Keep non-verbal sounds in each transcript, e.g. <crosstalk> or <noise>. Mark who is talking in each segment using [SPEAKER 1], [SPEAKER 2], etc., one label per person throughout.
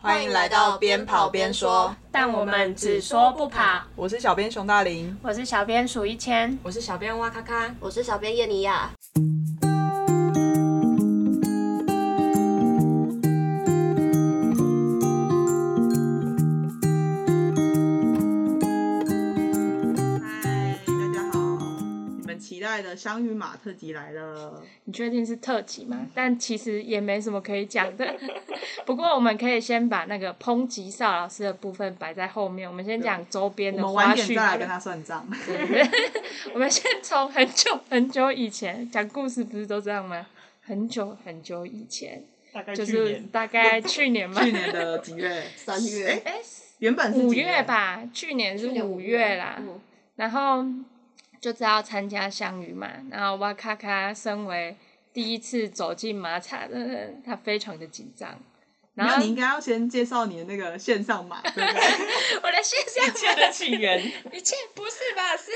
[SPEAKER 1] 欢迎来到边跑边说，
[SPEAKER 2] 但我们只说不跑。
[SPEAKER 1] 我是小编熊大林。
[SPEAKER 2] 我是小编数一千，
[SPEAKER 3] 我是小编哇咔咔，
[SPEAKER 4] 我是小编叶尼亚。
[SPEAKER 1] 嗨，大家好，你们期待的相遇马特辑来了。
[SPEAKER 2] 你确定是特辑吗？但其实也没什么可以讲的。 <laughs> 不过我们可以先把那个抨击邵老师的部分摆在后面，我们先讲周边
[SPEAKER 1] 我
[SPEAKER 2] 的
[SPEAKER 1] 们
[SPEAKER 2] 花
[SPEAKER 1] 晚点
[SPEAKER 2] 絮
[SPEAKER 1] 再
[SPEAKER 2] 好
[SPEAKER 1] 来跟
[SPEAKER 2] 了。
[SPEAKER 1] 他算账。
[SPEAKER 2] <laughs> 我们先从很久很久以前讲故事，不是都这样吗？很久很久以前，
[SPEAKER 1] 大概
[SPEAKER 2] 就是大概去年
[SPEAKER 1] <laughs>
[SPEAKER 2] 嘛，
[SPEAKER 1] 去年的几 <laughs> 月？
[SPEAKER 4] 三月
[SPEAKER 1] 哎，原本是
[SPEAKER 2] 五
[SPEAKER 1] 几
[SPEAKER 2] 月。吧，去年是五月啦。
[SPEAKER 4] 嗯
[SPEAKER 2] 然后就知道参加项羽嘛，然后哇咔咔身为第一次走进马场的人，他非常的紧张。然
[SPEAKER 1] 那
[SPEAKER 2] 后
[SPEAKER 1] 你应该要先介绍你的那个线上马，对不对？
[SPEAKER 2] 我的线上
[SPEAKER 3] 这的起源
[SPEAKER 2] <laughs> 一切不是吧？是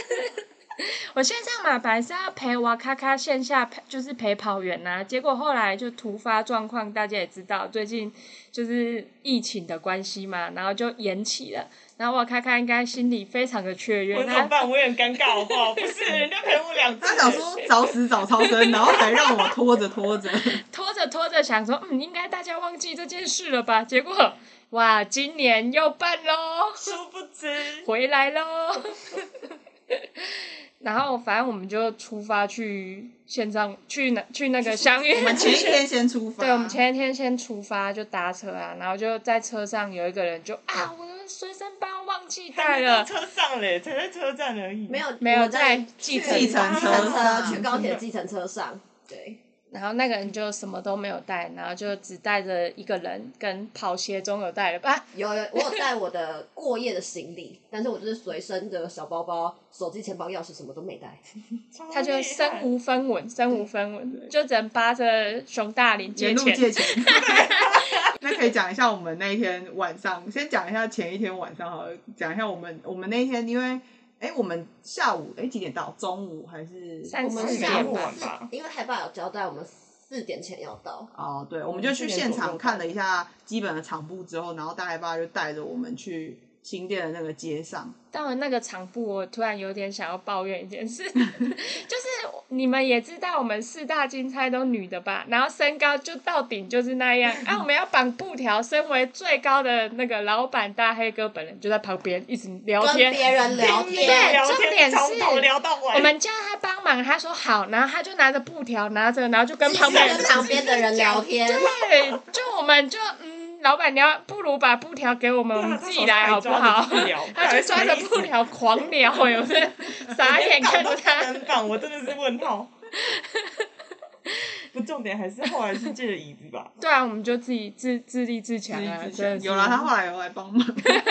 [SPEAKER 2] 我线上马本来是要陪哇咔咔线下陪就是陪跑员呐、结果后来就突发状况，大家也知道，最近就是疫情的关系嘛，然后就延期了。然后哇咔咔应该心里非常的雀跃，
[SPEAKER 3] 我怎
[SPEAKER 2] 他
[SPEAKER 3] 么办？我也很尴尬，好不好？不是，人家陪我两次。
[SPEAKER 1] 他想说早死早超生，然后还让我拖着拖
[SPEAKER 2] <laughs>
[SPEAKER 1] 着。
[SPEAKER 2] 拖着拖着想说，嗯，应该大家忘记这件事了吧？结果，哇，今年又办喽，
[SPEAKER 3] 殊不知，
[SPEAKER 2] 回来喽。 <laughs> 然后反正我们就出发去线上去那去那个相遇，
[SPEAKER 1] 我们前一天先出发。
[SPEAKER 2] 对，我们前一天先出发就搭车啊，然后就在车上有一个人就啊，我的随身包忘记带
[SPEAKER 3] 还没到
[SPEAKER 2] 了，
[SPEAKER 3] 车上嘞，才在车站而已。
[SPEAKER 4] 没有
[SPEAKER 2] 没有
[SPEAKER 4] 我
[SPEAKER 2] 在
[SPEAKER 4] 在
[SPEAKER 2] 计程嗯
[SPEAKER 4] 去
[SPEAKER 1] 计程
[SPEAKER 4] 计
[SPEAKER 1] 车
[SPEAKER 4] 程
[SPEAKER 1] 上
[SPEAKER 4] 车去高铁计程车上，对，
[SPEAKER 2] 然后那个人就什么都没有带，然后就只带着一个人跟跑鞋中有带了啊吧。
[SPEAKER 4] 有有我有带我的过夜的行李，但是我就是随身的小包包、手机、钱包、钥匙什么都没带，
[SPEAKER 3] 超厉害，
[SPEAKER 2] 他就身无分文，身无分文，就只能扒着熊大林
[SPEAKER 1] 沿
[SPEAKER 2] 借
[SPEAKER 1] 路
[SPEAKER 2] 钱。
[SPEAKER 1] 借
[SPEAKER 2] <laughs>
[SPEAKER 1] 钱。 <laughs> 那可以讲一下我们那一天晚上，先讲一下前一天晚上好了，讲一下我们我们那一天，因为哎、诶我们下午哎、诶几点到？中午还是
[SPEAKER 2] 三
[SPEAKER 4] 我
[SPEAKER 2] 十
[SPEAKER 4] 们
[SPEAKER 2] 四
[SPEAKER 4] 下
[SPEAKER 2] 点
[SPEAKER 4] 午
[SPEAKER 3] 晚
[SPEAKER 4] 四
[SPEAKER 3] 吧
[SPEAKER 4] 因为海报有交代我们四点前要到，
[SPEAKER 1] 哦，对，我们就去现场看了一下基本的场布之后，然后大姨爸就带着我们去新店的那个街上，
[SPEAKER 2] 到了那个场部，我突然有点想要抱怨一件事， <laughs> 就是你们也知道，我们四大金钗都女的吧，然后身高就到顶就是那样，啊，我们要绑布条，身为最高的那个老板大黑哥本人就在旁边一直聊
[SPEAKER 4] 跟
[SPEAKER 2] 天，
[SPEAKER 4] 别人聊
[SPEAKER 2] 对
[SPEAKER 4] 天，
[SPEAKER 3] 聊
[SPEAKER 2] 重点
[SPEAKER 3] 天
[SPEAKER 2] 是
[SPEAKER 3] 从头聊到
[SPEAKER 2] 我
[SPEAKER 3] 晚。
[SPEAKER 2] 们叫他帮忙，他说好，然后他就拿着布条拿着，然后就跟旁边人
[SPEAKER 4] 跟旁边的人聊天，
[SPEAKER 2] 对，就我们就嗯，老板娘不如把布条给我们，我
[SPEAKER 4] 啊
[SPEAKER 3] 啊
[SPEAKER 2] 们自己来好不好？ <laughs> 他
[SPEAKER 3] 他
[SPEAKER 2] 就
[SPEAKER 3] 就
[SPEAKER 2] 抓
[SPEAKER 3] 抓
[SPEAKER 2] 着
[SPEAKER 3] 着
[SPEAKER 2] 布
[SPEAKER 3] 布 <laughs>
[SPEAKER 2] 条狂聊，哎呦，我真
[SPEAKER 4] <laughs>
[SPEAKER 2] 的傻眼看着他。
[SPEAKER 3] 能放，我真的是问号。不，重点还是后来是借了椅子吧？
[SPEAKER 2] 对啊，我们就自己自自立自强啊，
[SPEAKER 1] 自己
[SPEAKER 2] 真的是
[SPEAKER 1] 有了，他后来有来帮
[SPEAKER 2] <laughs>
[SPEAKER 1] 忙，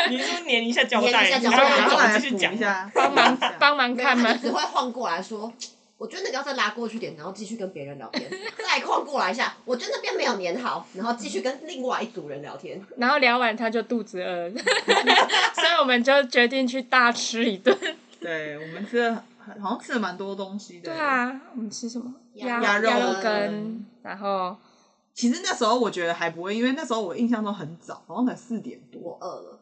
[SPEAKER 3] 你说粘一下胶
[SPEAKER 4] 粘一
[SPEAKER 3] 带，
[SPEAKER 4] 下
[SPEAKER 3] 你
[SPEAKER 4] 胶
[SPEAKER 3] 让
[SPEAKER 4] 带
[SPEAKER 1] 然
[SPEAKER 3] 我
[SPEAKER 1] 后后
[SPEAKER 3] 走，
[SPEAKER 1] 来
[SPEAKER 3] 我
[SPEAKER 1] 补
[SPEAKER 3] 继续讲
[SPEAKER 1] 一。下，
[SPEAKER 2] 帮忙帮忙
[SPEAKER 4] 没有
[SPEAKER 2] 看
[SPEAKER 4] 他
[SPEAKER 2] 吗
[SPEAKER 4] 就？只会晃过来说。我觉得那个要再拉过去点，然后继续跟别人聊天，再晃过来一下，我觉得那边没有粘好，然后继续跟另外一组人聊天。
[SPEAKER 2] 然后聊完他就肚子饿了， <laughs> 所以我们就决定去大吃一顿。
[SPEAKER 1] 对我们吃了好像吃了蛮多东西的，
[SPEAKER 2] 对，啊，我们吃什么？
[SPEAKER 4] 鸭
[SPEAKER 2] 鸭
[SPEAKER 1] 肉
[SPEAKER 2] 肉
[SPEAKER 1] 羹
[SPEAKER 2] 羹，然后
[SPEAKER 1] 其实那时候我觉得还不会，因为那时候我印象中很早，好像才四点多
[SPEAKER 4] 我饿了，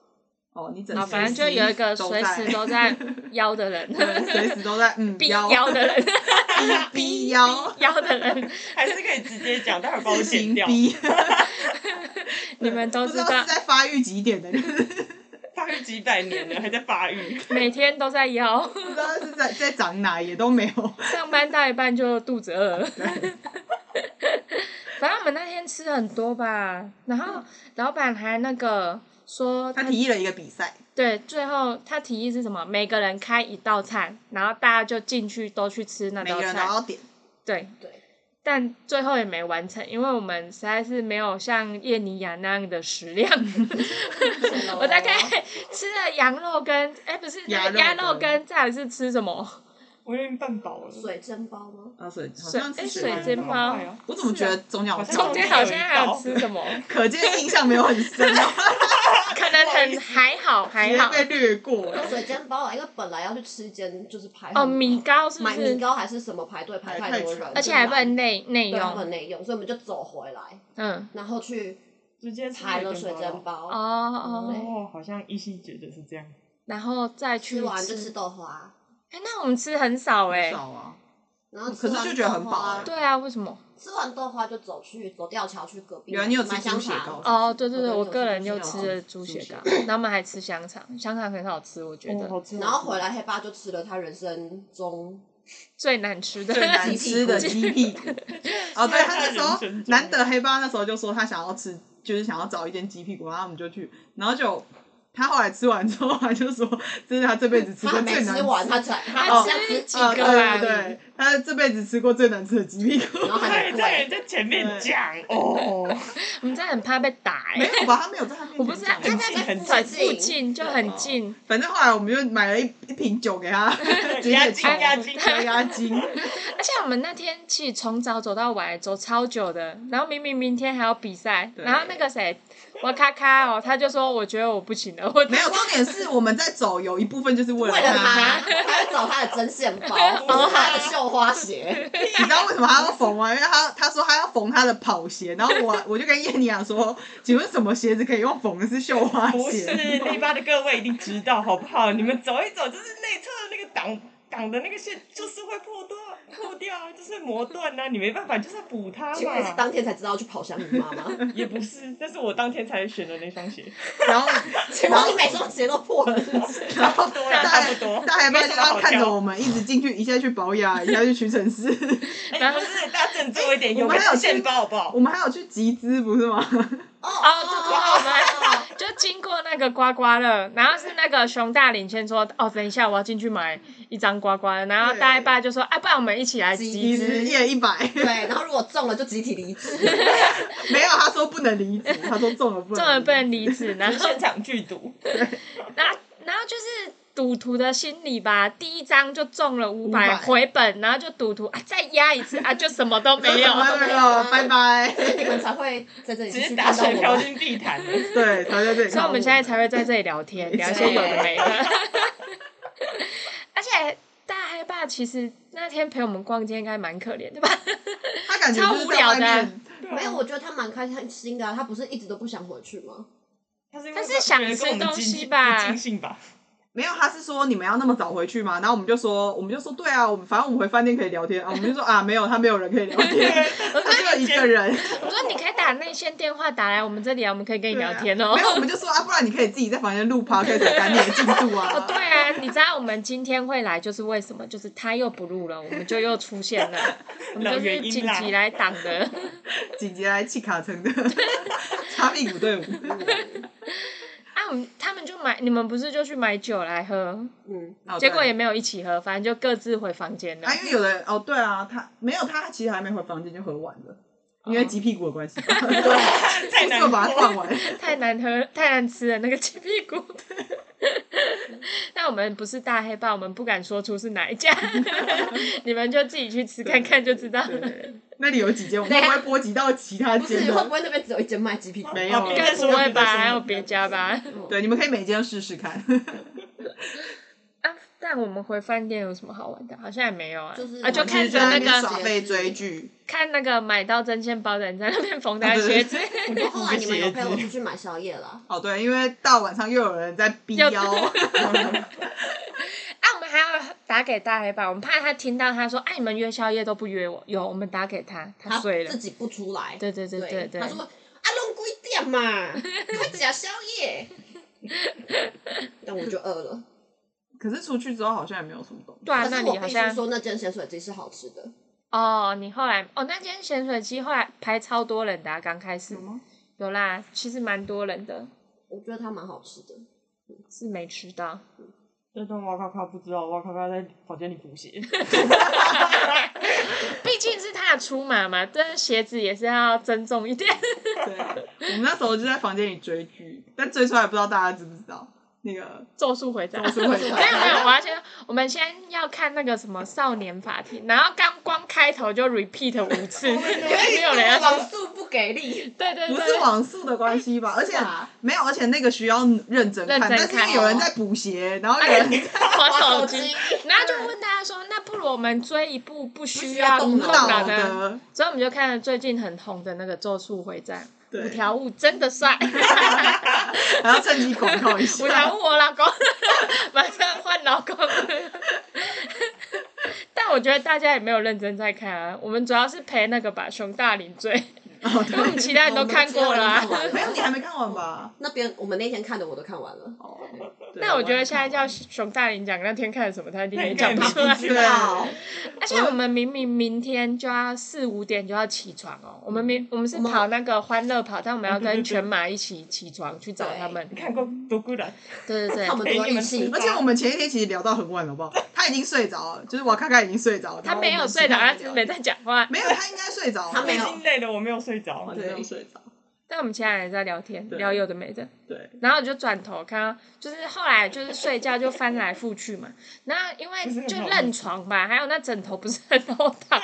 [SPEAKER 1] 哦，你整
[SPEAKER 2] 然后
[SPEAKER 1] 随
[SPEAKER 2] 反正就
[SPEAKER 1] 时
[SPEAKER 2] 有一个
[SPEAKER 1] 都
[SPEAKER 2] 随
[SPEAKER 1] 在
[SPEAKER 2] 时
[SPEAKER 1] <laughs>
[SPEAKER 2] 都在邀的人，
[SPEAKER 1] 随时都在嗯
[SPEAKER 2] 逼邀的人，
[SPEAKER 1] <laughs> 逼腰，
[SPEAKER 2] 邀的人，
[SPEAKER 3] 还是可以直接讲，待会儿帮我
[SPEAKER 1] 自
[SPEAKER 3] 剪
[SPEAKER 1] 行
[SPEAKER 3] 掉。
[SPEAKER 1] 逼，
[SPEAKER 2] 你们都
[SPEAKER 1] 不知
[SPEAKER 2] 知
[SPEAKER 1] 道
[SPEAKER 2] 道
[SPEAKER 1] 是，在发育几点的， <laughs> 就是
[SPEAKER 3] 发育几百年了，还在发育。
[SPEAKER 2] 每天都在邀，
[SPEAKER 1] 不知道是在在长哪也都没有。
[SPEAKER 2] 上班到一半就肚子饿了。反正我们那天吃很多吧，然后老板还那个说
[SPEAKER 1] 他
[SPEAKER 2] 他
[SPEAKER 1] 提议了一个比赛，
[SPEAKER 2] 对，最后他提议是什么？每个人开一道菜，然后大家就进去都去吃那
[SPEAKER 1] 每
[SPEAKER 2] 道
[SPEAKER 1] 个人都
[SPEAKER 2] 菜。
[SPEAKER 1] 要点，
[SPEAKER 2] 对，
[SPEAKER 4] 对，
[SPEAKER 2] 但最后也没完成，因为我们实在是没有像叶尼亚那样的食量。我大概吃了羊肉跟哎、不是那个
[SPEAKER 1] 鸭
[SPEAKER 2] 鸭
[SPEAKER 1] 肉
[SPEAKER 2] 肉
[SPEAKER 1] 羹
[SPEAKER 2] 跟，再来是吃什么？
[SPEAKER 3] 我有点半饱了。
[SPEAKER 4] 水蒸包吗？
[SPEAKER 1] 啊水好
[SPEAKER 2] 水
[SPEAKER 1] 像是
[SPEAKER 2] 哎
[SPEAKER 1] 水
[SPEAKER 2] 水蒸包
[SPEAKER 3] 哎呦
[SPEAKER 1] 我怎么觉得中奖
[SPEAKER 3] 是啊
[SPEAKER 2] 中间好像还有吃什么？
[SPEAKER 1] 可见印象没有很深哦，
[SPEAKER 2] 可能很还好还
[SPEAKER 1] 直接 <laughs>
[SPEAKER 2] 好。
[SPEAKER 1] 被略过。
[SPEAKER 4] 有 <laughs> 水煎包啊，因为本来要去吃一间就是排很
[SPEAKER 2] 哦，米糕是不
[SPEAKER 4] 买米
[SPEAKER 2] 是？
[SPEAKER 4] 糕还是什么排队排太多人，
[SPEAKER 1] 排太长
[SPEAKER 2] 而且还不能内内
[SPEAKER 4] 对还不能
[SPEAKER 2] 用。
[SPEAKER 4] 内用，所以我们就走回来，
[SPEAKER 2] 嗯，
[SPEAKER 4] 然后去
[SPEAKER 3] 直接吃
[SPEAKER 4] 踩了
[SPEAKER 3] 水蒸
[SPEAKER 4] 水蒸
[SPEAKER 3] 包。
[SPEAKER 4] 包，
[SPEAKER 2] 哦哦，
[SPEAKER 4] 对
[SPEAKER 3] 哦，好像依稀觉得是这样。
[SPEAKER 2] 然后再去
[SPEAKER 4] 吃完就吃豆花，
[SPEAKER 2] 哎、那我们吃很少哎、
[SPEAKER 1] 很少啊，
[SPEAKER 4] 然后
[SPEAKER 1] 可是
[SPEAKER 4] 吃完
[SPEAKER 1] 就觉得
[SPEAKER 4] 豆
[SPEAKER 1] 很饱
[SPEAKER 4] 花
[SPEAKER 1] 欸
[SPEAKER 2] 对啊，为什么？
[SPEAKER 4] 吃完豆花就走去走吊桥去隔壁
[SPEAKER 1] 原来你有吃
[SPEAKER 4] 买香
[SPEAKER 1] 猪血糕
[SPEAKER 4] 肠
[SPEAKER 2] 哦，对对对，我
[SPEAKER 4] 我
[SPEAKER 2] 个
[SPEAKER 4] 个
[SPEAKER 2] 人
[SPEAKER 4] 人
[SPEAKER 2] 又
[SPEAKER 4] 有
[SPEAKER 2] 吃
[SPEAKER 4] 吃
[SPEAKER 2] 了猪
[SPEAKER 1] 猪
[SPEAKER 2] 血
[SPEAKER 1] 血
[SPEAKER 2] 糕
[SPEAKER 1] 糕，
[SPEAKER 2] 然后我们还吃香肠，香肠很好吃，我觉
[SPEAKER 3] 哦，
[SPEAKER 2] 得
[SPEAKER 3] 好吃。
[SPEAKER 4] 然后
[SPEAKER 3] 好
[SPEAKER 4] 回
[SPEAKER 3] 吃
[SPEAKER 4] 来黑爸就吃了他人生中
[SPEAKER 2] 最难吃的。
[SPEAKER 1] 最难吃的鸡屁股。哦，对他那时
[SPEAKER 3] 人
[SPEAKER 1] 候
[SPEAKER 3] 生中
[SPEAKER 1] 难得黑爸那时候就说他想要吃，就是想要找一间鸡屁股，然后我们就去，然后就他后来吃完之后，他就说这是他这辈子吃
[SPEAKER 4] 他
[SPEAKER 1] 过
[SPEAKER 4] 还
[SPEAKER 1] 最
[SPEAKER 4] 没
[SPEAKER 1] 难
[SPEAKER 4] 吃完，他才
[SPEAKER 2] 他
[SPEAKER 4] 他好像
[SPEAKER 2] 吃
[SPEAKER 4] 吃
[SPEAKER 2] 几
[SPEAKER 1] 啊，
[SPEAKER 2] 个
[SPEAKER 1] 对
[SPEAKER 2] 啊
[SPEAKER 1] 对对，他这辈子吃过最难吃的鸡屁股。
[SPEAKER 4] 然后还
[SPEAKER 3] 对，
[SPEAKER 4] 很
[SPEAKER 3] 这人
[SPEAKER 4] 贵，
[SPEAKER 3] 在前面
[SPEAKER 1] 对
[SPEAKER 3] 讲 <laughs> 哦，
[SPEAKER 2] <laughs> 我们真的很怕被打哎、
[SPEAKER 1] 没有吧？他没有在他面前
[SPEAKER 2] 我不知道，
[SPEAKER 1] 讲
[SPEAKER 2] 他
[SPEAKER 1] 吧
[SPEAKER 3] 近
[SPEAKER 2] 在
[SPEAKER 3] 很
[SPEAKER 2] 在
[SPEAKER 4] 近
[SPEAKER 2] 附近就很近，
[SPEAKER 1] 反正后来我们就买了一一瓶酒给他，直接
[SPEAKER 3] 压惊
[SPEAKER 1] 冲
[SPEAKER 3] 压惊
[SPEAKER 1] 压压惊。
[SPEAKER 2] 而且我们那天其实从早走到晚，走超久的。然后明明明天还要比赛，
[SPEAKER 1] 对
[SPEAKER 2] 然后那个谁，我咔咔哦，他就说我觉得我不行了，我
[SPEAKER 1] <laughs> 没有，重点是我们在走，有一部分就是为
[SPEAKER 4] 为
[SPEAKER 1] 了
[SPEAKER 4] 了他，
[SPEAKER 1] 他。
[SPEAKER 4] 他会找他的针线包，缝他的绣花鞋，
[SPEAKER 1] 你知道为什么他要缝吗？因为他他说他要缝他的跑鞋，然后我我就跟叶妮亚说，请问什么鞋子可以用缝的是绣花
[SPEAKER 3] 不是
[SPEAKER 1] 鞋？
[SPEAKER 3] 内八的各位一定知道好不好？你们走一走，就是内侧的那个挡挡的那个线，就是会破断破掉啊，就是磨断啊，你没办法，就是要补它
[SPEAKER 4] 请问你是
[SPEAKER 3] 嘛。
[SPEAKER 4] 当天才知道去跑香鱼妈吗？
[SPEAKER 3] 也不是，但是我当天才选了那双鞋，
[SPEAKER 1] 然后
[SPEAKER 4] 请问你每双鞋都破了是不是？
[SPEAKER 1] 然后
[SPEAKER 3] 多啦，
[SPEAKER 1] 大
[SPEAKER 3] 差不
[SPEAKER 1] 海
[SPEAKER 3] 多。
[SPEAKER 1] 大海
[SPEAKER 3] 没
[SPEAKER 1] 爸
[SPEAKER 3] 什
[SPEAKER 1] 就
[SPEAKER 3] 么
[SPEAKER 1] 要
[SPEAKER 3] 好
[SPEAKER 1] 看着
[SPEAKER 3] 挑。
[SPEAKER 1] 我们一直进去，一下去保雅，一下去屈臣氏。
[SPEAKER 3] 哎，不是，大家振作一点，
[SPEAKER 4] 哎
[SPEAKER 1] 我
[SPEAKER 3] 有
[SPEAKER 1] 们
[SPEAKER 3] 个
[SPEAKER 1] 还有
[SPEAKER 3] 线
[SPEAKER 1] 去
[SPEAKER 3] 包好不好？
[SPEAKER 1] 我们还有去集资，不是吗？
[SPEAKER 4] 哦
[SPEAKER 2] 哦，对对对，我们还就经过那个刮刮乐，然后是那个熊大领先说，哦，等一下我要进去买一张刮刮乐，然后
[SPEAKER 1] 对
[SPEAKER 2] 大一爸就说，啊，不然我们一起来集
[SPEAKER 1] 集资
[SPEAKER 2] 资。
[SPEAKER 1] 一人一百，
[SPEAKER 4] 对，然后如果中了就集体离职，
[SPEAKER 1] 没有，他说不能离职，他说中了不能离职，
[SPEAKER 2] 中了不能离职，
[SPEAKER 1] <laughs>
[SPEAKER 2] 然后
[SPEAKER 3] 现场剧
[SPEAKER 4] <laughs>
[SPEAKER 3] 毒，
[SPEAKER 2] 然后然后就是赌徒的心理吧，第一张就中了五百
[SPEAKER 1] 500
[SPEAKER 2] 回本，然后就赌徒啊再压一次啊就什么都
[SPEAKER 1] <laughs>
[SPEAKER 2] 没有
[SPEAKER 1] 什，么都没有，拜拜。 <laughs>
[SPEAKER 4] 所以你们才会在这里
[SPEAKER 3] 直
[SPEAKER 4] 继
[SPEAKER 3] 接
[SPEAKER 4] 续
[SPEAKER 3] 打
[SPEAKER 4] 看到
[SPEAKER 3] 水漂
[SPEAKER 4] 我们。
[SPEAKER 3] 进地毯了。
[SPEAKER 1] 对，他在这里看。
[SPEAKER 2] 所以我们现在才会在这里聊天，聊一些有的没的。而且大黑爸其实那天陪我们逛街应该蛮可怜的吧？ <laughs>
[SPEAKER 1] 他感觉就是在外
[SPEAKER 2] 超无聊
[SPEAKER 1] 面，
[SPEAKER 4] 没有，我觉得他蛮开心的啊，他不是一直都不想回去吗？
[SPEAKER 3] 他是因为
[SPEAKER 2] 但是想
[SPEAKER 3] 觉得跟我们
[SPEAKER 2] 吃东西
[SPEAKER 3] 尽兴
[SPEAKER 2] 吧
[SPEAKER 3] 尽兴吧。
[SPEAKER 1] 没有，他是说你们要那么早回去吗？然后我们就说，我们就说对啊，我们反正我们回饭店可以聊天啊，我们就说啊，没有，他没有人可以聊天，他只有一个人，
[SPEAKER 2] 我说你可以打内线电话打来我们这里啊，我们可以跟你聊天哦
[SPEAKER 1] 对啊没。有，我们就说啊，不然你可以自己在房间录 p o d 赶你的进度啊。
[SPEAKER 2] <laughs> <laughs> 哦，对啊，你知道我们今天会来就是为什么？就是他又不录了，我们就又出现了，我们就
[SPEAKER 3] 老
[SPEAKER 2] 是
[SPEAKER 3] 原因
[SPEAKER 2] 紧
[SPEAKER 3] 啦
[SPEAKER 2] 急来挡的。 <laughs>
[SPEAKER 1] 紧接来气卡层的 <laughs> 擦屁股
[SPEAKER 2] <laughs>
[SPEAKER 1] 队伍，
[SPEAKER 2] 啊，我们他们就买，你们不是就去买酒来喝，
[SPEAKER 4] 嗯，
[SPEAKER 1] 哦对
[SPEAKER 2] 结果也没有一起喝，反正就各自回房间了
[SPEAKER 1] 啊，。因为有的人哦，对啊，他没有，他其实还没回房间就喝完了，
[SPEAKER 2] 哦
[SPEAKER 1] 因为鸡屁股的
[SPEAKER 2] <laughs>
[SPEAKER 1] 关系，对，<laughs>
[SPEAKER 3] 太难
[SPEAKER 1] 就把它
[SPEAKER 3] 过
[SPEAKER 1] 灌完。
[SPEAKER 2] 太难喝、太难吃了那个 <laughs> 鸡屁股。那我们不是大黑豹，我们不敢说出是哪一
[SPEAKER 4] <laughs>
[SPEAKER 2] 家，你们就自己去吃看看就知道了。
[SPEAKER 1] 对那里有几间，我
[SPEAKER 2] 啊
[SPEAKER 1] 们会不会波及到其他
[SPEAKER 4] 不是
[SPEAKER 1] 间
[SPEAKER 4] 会不
[SPEAKER 1] 呢？
[SPEAKER 4] 会那边只有一间卖鸡屁股？
[SPEAKER 1] 没有
[SPEAKER 3] 哦
[SPEAKER 1] 啊
[SPEAKER 2] <laughs> 应
[SPEAKER 3] 别
[SPEAKER 2] 该
[SPEAKER 3] 再
[SPEAKER 2] 不
[SPEAKER 3] 说了
[SPEAKER 2] 会
[SPEAKER 3] 别再
[SPEAKER 2] 吧？
[SPEAKER 3] 说了
[SPEAKER 2] 还有别家吧？
[SPEAKER 1] 对，你们可以每间试试看。
[SPEAKER 2] 啊，但我们回饭店有什么好玩的？好像也没有啊。
[SPEAKER 4] 就是
[SPEAKER 2] 啊，就
[SPEAKER 4] 我们
[SPEAKER 2] 看
[SPEAKER 1] 其实
[SPEAKER 2] 着
[SPEAKER 1] 在
[SPEAKER 2] 那
[SPEAKER 1] 那边
[SPEAKER 2] 个
[SPEAKER 1] 耍废追剧，
[SPEAKER 2] 看那个买到针线包的人在那边缝他的
[SPEAKER 1] 啊对
[SPEAKER 2] 鞋
[SPEAKER 4] <laughs>
[SPEAKER 2] 子，
[SPEAKER 4] 然后后来你们有陪我出去买宵夜啦，
[SPEAKER 1] 哦对，因为到晚上又有人在逼
[SPEAKER 2] 又 <laughs>
[SPEAKER 1] 腰，
[SPEAKER 2] 啊，我们还要打给大黑豹，我们怕他听到他说：“哎、你们约宵夜都不约我。”有，我们打给他，他
[SPEAKER 4] 他
[SPEAKER 2] 睡了
[SPEAKER 4] 自。己不出来。
[SPEAKER 2] 对对对对对
[SPEAKER 4] 他说啊，弄贵点
[SPEAKER 2] <laughs>
[SPEAKER 4] 嘛，快吃宵夜。但我就饿了。
[SPEAKER 1] 可是出去之后好像也没有什么东西。
[SPEAKER 2] 对啊，
[SPEAKER 4] 可
[SPEAKER 2] 那
[SPEAKER 4] 是
[SPEAKER 2] 里
[SPEAKER 4] 我
[SPEAKER 2] 好
[SPEAKER 4] 必
[SPEAKER 2] 像
[SPEAKER 4] 须说，那间咸水鸡是好吃的。
[SPEAKER 2] 哦，你后来哦，那间咸水鸡后来排超多人的、啊，刚开始
[SPEAKER 1] 有吗？
[SPEAKER 2] 有啦，其实蛮多人的，
[SPEAKER 4] 我觉得它蛮好吃的，
[SPEAKER 2] 是没吃 <laughs> 到。
[SPEAKER 3] 这段哇咔咔不知道，哇咔咔在房间里补鞋。 <laughs>
[SPEAKER 2] 毕竟是他的出马嘛，这鞋子也是要尊重一点。
[SPEAKER 1] 对，我们那时候就在房间里追剧，但追出来不知道大家知不知道那个
[SPEAKER 2] 咒术回战，
[SPEAKER 1] 咒术回
[SPEAKER 2] 没有啊
[SPEAKER 1] 战
[SPEAKER 2] 没有，我要先，我们先要看那个什么少年法庭，然后刚光开头就 repeat 五次，因 <laughs> 为没有人要说，
[SPEAKER 4] 网速不给 <laughs> 力，
[SPEAKER 2] 哦对对
[SPEAKER 1] 不
[SPEAKER 2] 对
[SPEAKER 1] 是，网速的关系吧？而且
[SPEAKER 4] 吧
[SPEAKER 1] 没有，而且那个需要认真看，
[SPEAKER 2] 啊
[SPEAKER 1] 但
[SPEAKER 2] 认真
[SPEAKER 1] 是因
[SPEAKER 2] 看哦哎
[SPEAKER 1] 为有人在补鞋，然后有人在
[SPEAKER 2] 滑手
[SPEAKER 4] 手
[SPEAKER 2] 机
[SPEAKER 4] 机，
[SPEAKER 2] 然后就问大家说，那不如我们追一部不需
[SPEAKER 4] 需
[SPEAKER 2] 要
[SPEAKER 4] 要
[SPEAKER 2] 动
[SPEAKER 4] 动
[SPEAKER 1] 脑
[SPEAKER 2] 的。
[SPEAKER 1] 的，
[SPEAKER 2] 所以我们就看了最近很红的那个《咒术回战》，
[SPEAKER 1] 对
[SPEAKER 2] 五条悟真的帅，
[SPEAKER 1] 还要趁机广告一
[SPEAKER 2] 五条
[SPEAKER 1] 下。
[SPEAKER 2] 悟我老公， <laughs> 马上换老公。但我觉得大家也没有认真在看啊，我们主要是陪那个吧，熊大领罪，
[SPEAKER 1] 哦，
[SPEAKER 2] 因为我们
[SPEAKER 1] 对，
[SPEAKER 2] 其他人都看过了、啊
[SPEAKER 4] 哦我。们其他人都
[SPEAKER 1] 没有，你还没
[SPEAKER 4] 看完了
[SPEAKER 1] 看完吧？
[SPEAKER 4] 那边我们那天看的我都看完了，
[SPEAKER 1] 哦，
[SPEAKER 2] 那我觉得现在叫熊大领讲那天看了什么，他一定
[SPEAKER 3] 那
[SPEAKER 2] 也
[SPEAKER 3] 应
[SPEAKER 2] 讲
[SPEAKER 3] 该
[SPEAKER 2] 不
[SPEAKER 3] 也
[SPEAKER 2] 出
[SPEAKER 3] 没
[SPEAKER 2] 来
[SPEAKER 3] 印。
[SPEAKER 1] 对
[SPEAKER 4] 哇
[SPEAKER 2] 而且我们明明明天就要四五点就要起床哦，我们明我们是
[SPEAKER 4] 嗯我们嗯
[SPEAKER 2] 跑那个欢乐跑，但我们要
[SPEAKER 3] 对对
[SPEAKER 2] 跟
[SPEAKER 3] 对
[SPEAKER 2] 全马一起起床去找他们
[SPEAKER 3] 你。看过独孤兰？
[SPEAKER 2] 对
[SPEAKER 4] <laughs>
[SPEAKER 2] 对对
[SPEAKER 4] 看我，们多一起
[SPEAKER 1] 而且我们前一天其实聊到很晚，好不好？ <laughs> 他已经睡着了，就是瓦卡卡已经睡着了，
[SPEAKER 2] 他没有睡着，他只是没
[SPEAKER 1] 没
[SPEAKER 2] 在讲话。
[SPEAKER 1] 没有，他应该睡着了，
[SPEAKER 4] 他没有
[SPEAKER 3] 我已经累了，我没有睡着。
[SPEAKER 1] 对，没有睡着，
[SPEAKER 2] 但我们其他人也在聊天，
[SPEAKER 1] 对
[SPEAKER 2] 聊有的没的。
[SPEAKER 1] 对，
[SPEAKER 2] 然后我就转头看到，就是后来就是睡觉就翻来覆去嘛，然后因
[SPEAKER 3] 不是
[SPEAKER 2] 为
[SPEAKER 3] 很
[SPEAKER 2] 就
[SPEAKER 3] 好
[SPEAKER 2] 认床吧，还有那枕头不是很厚躺，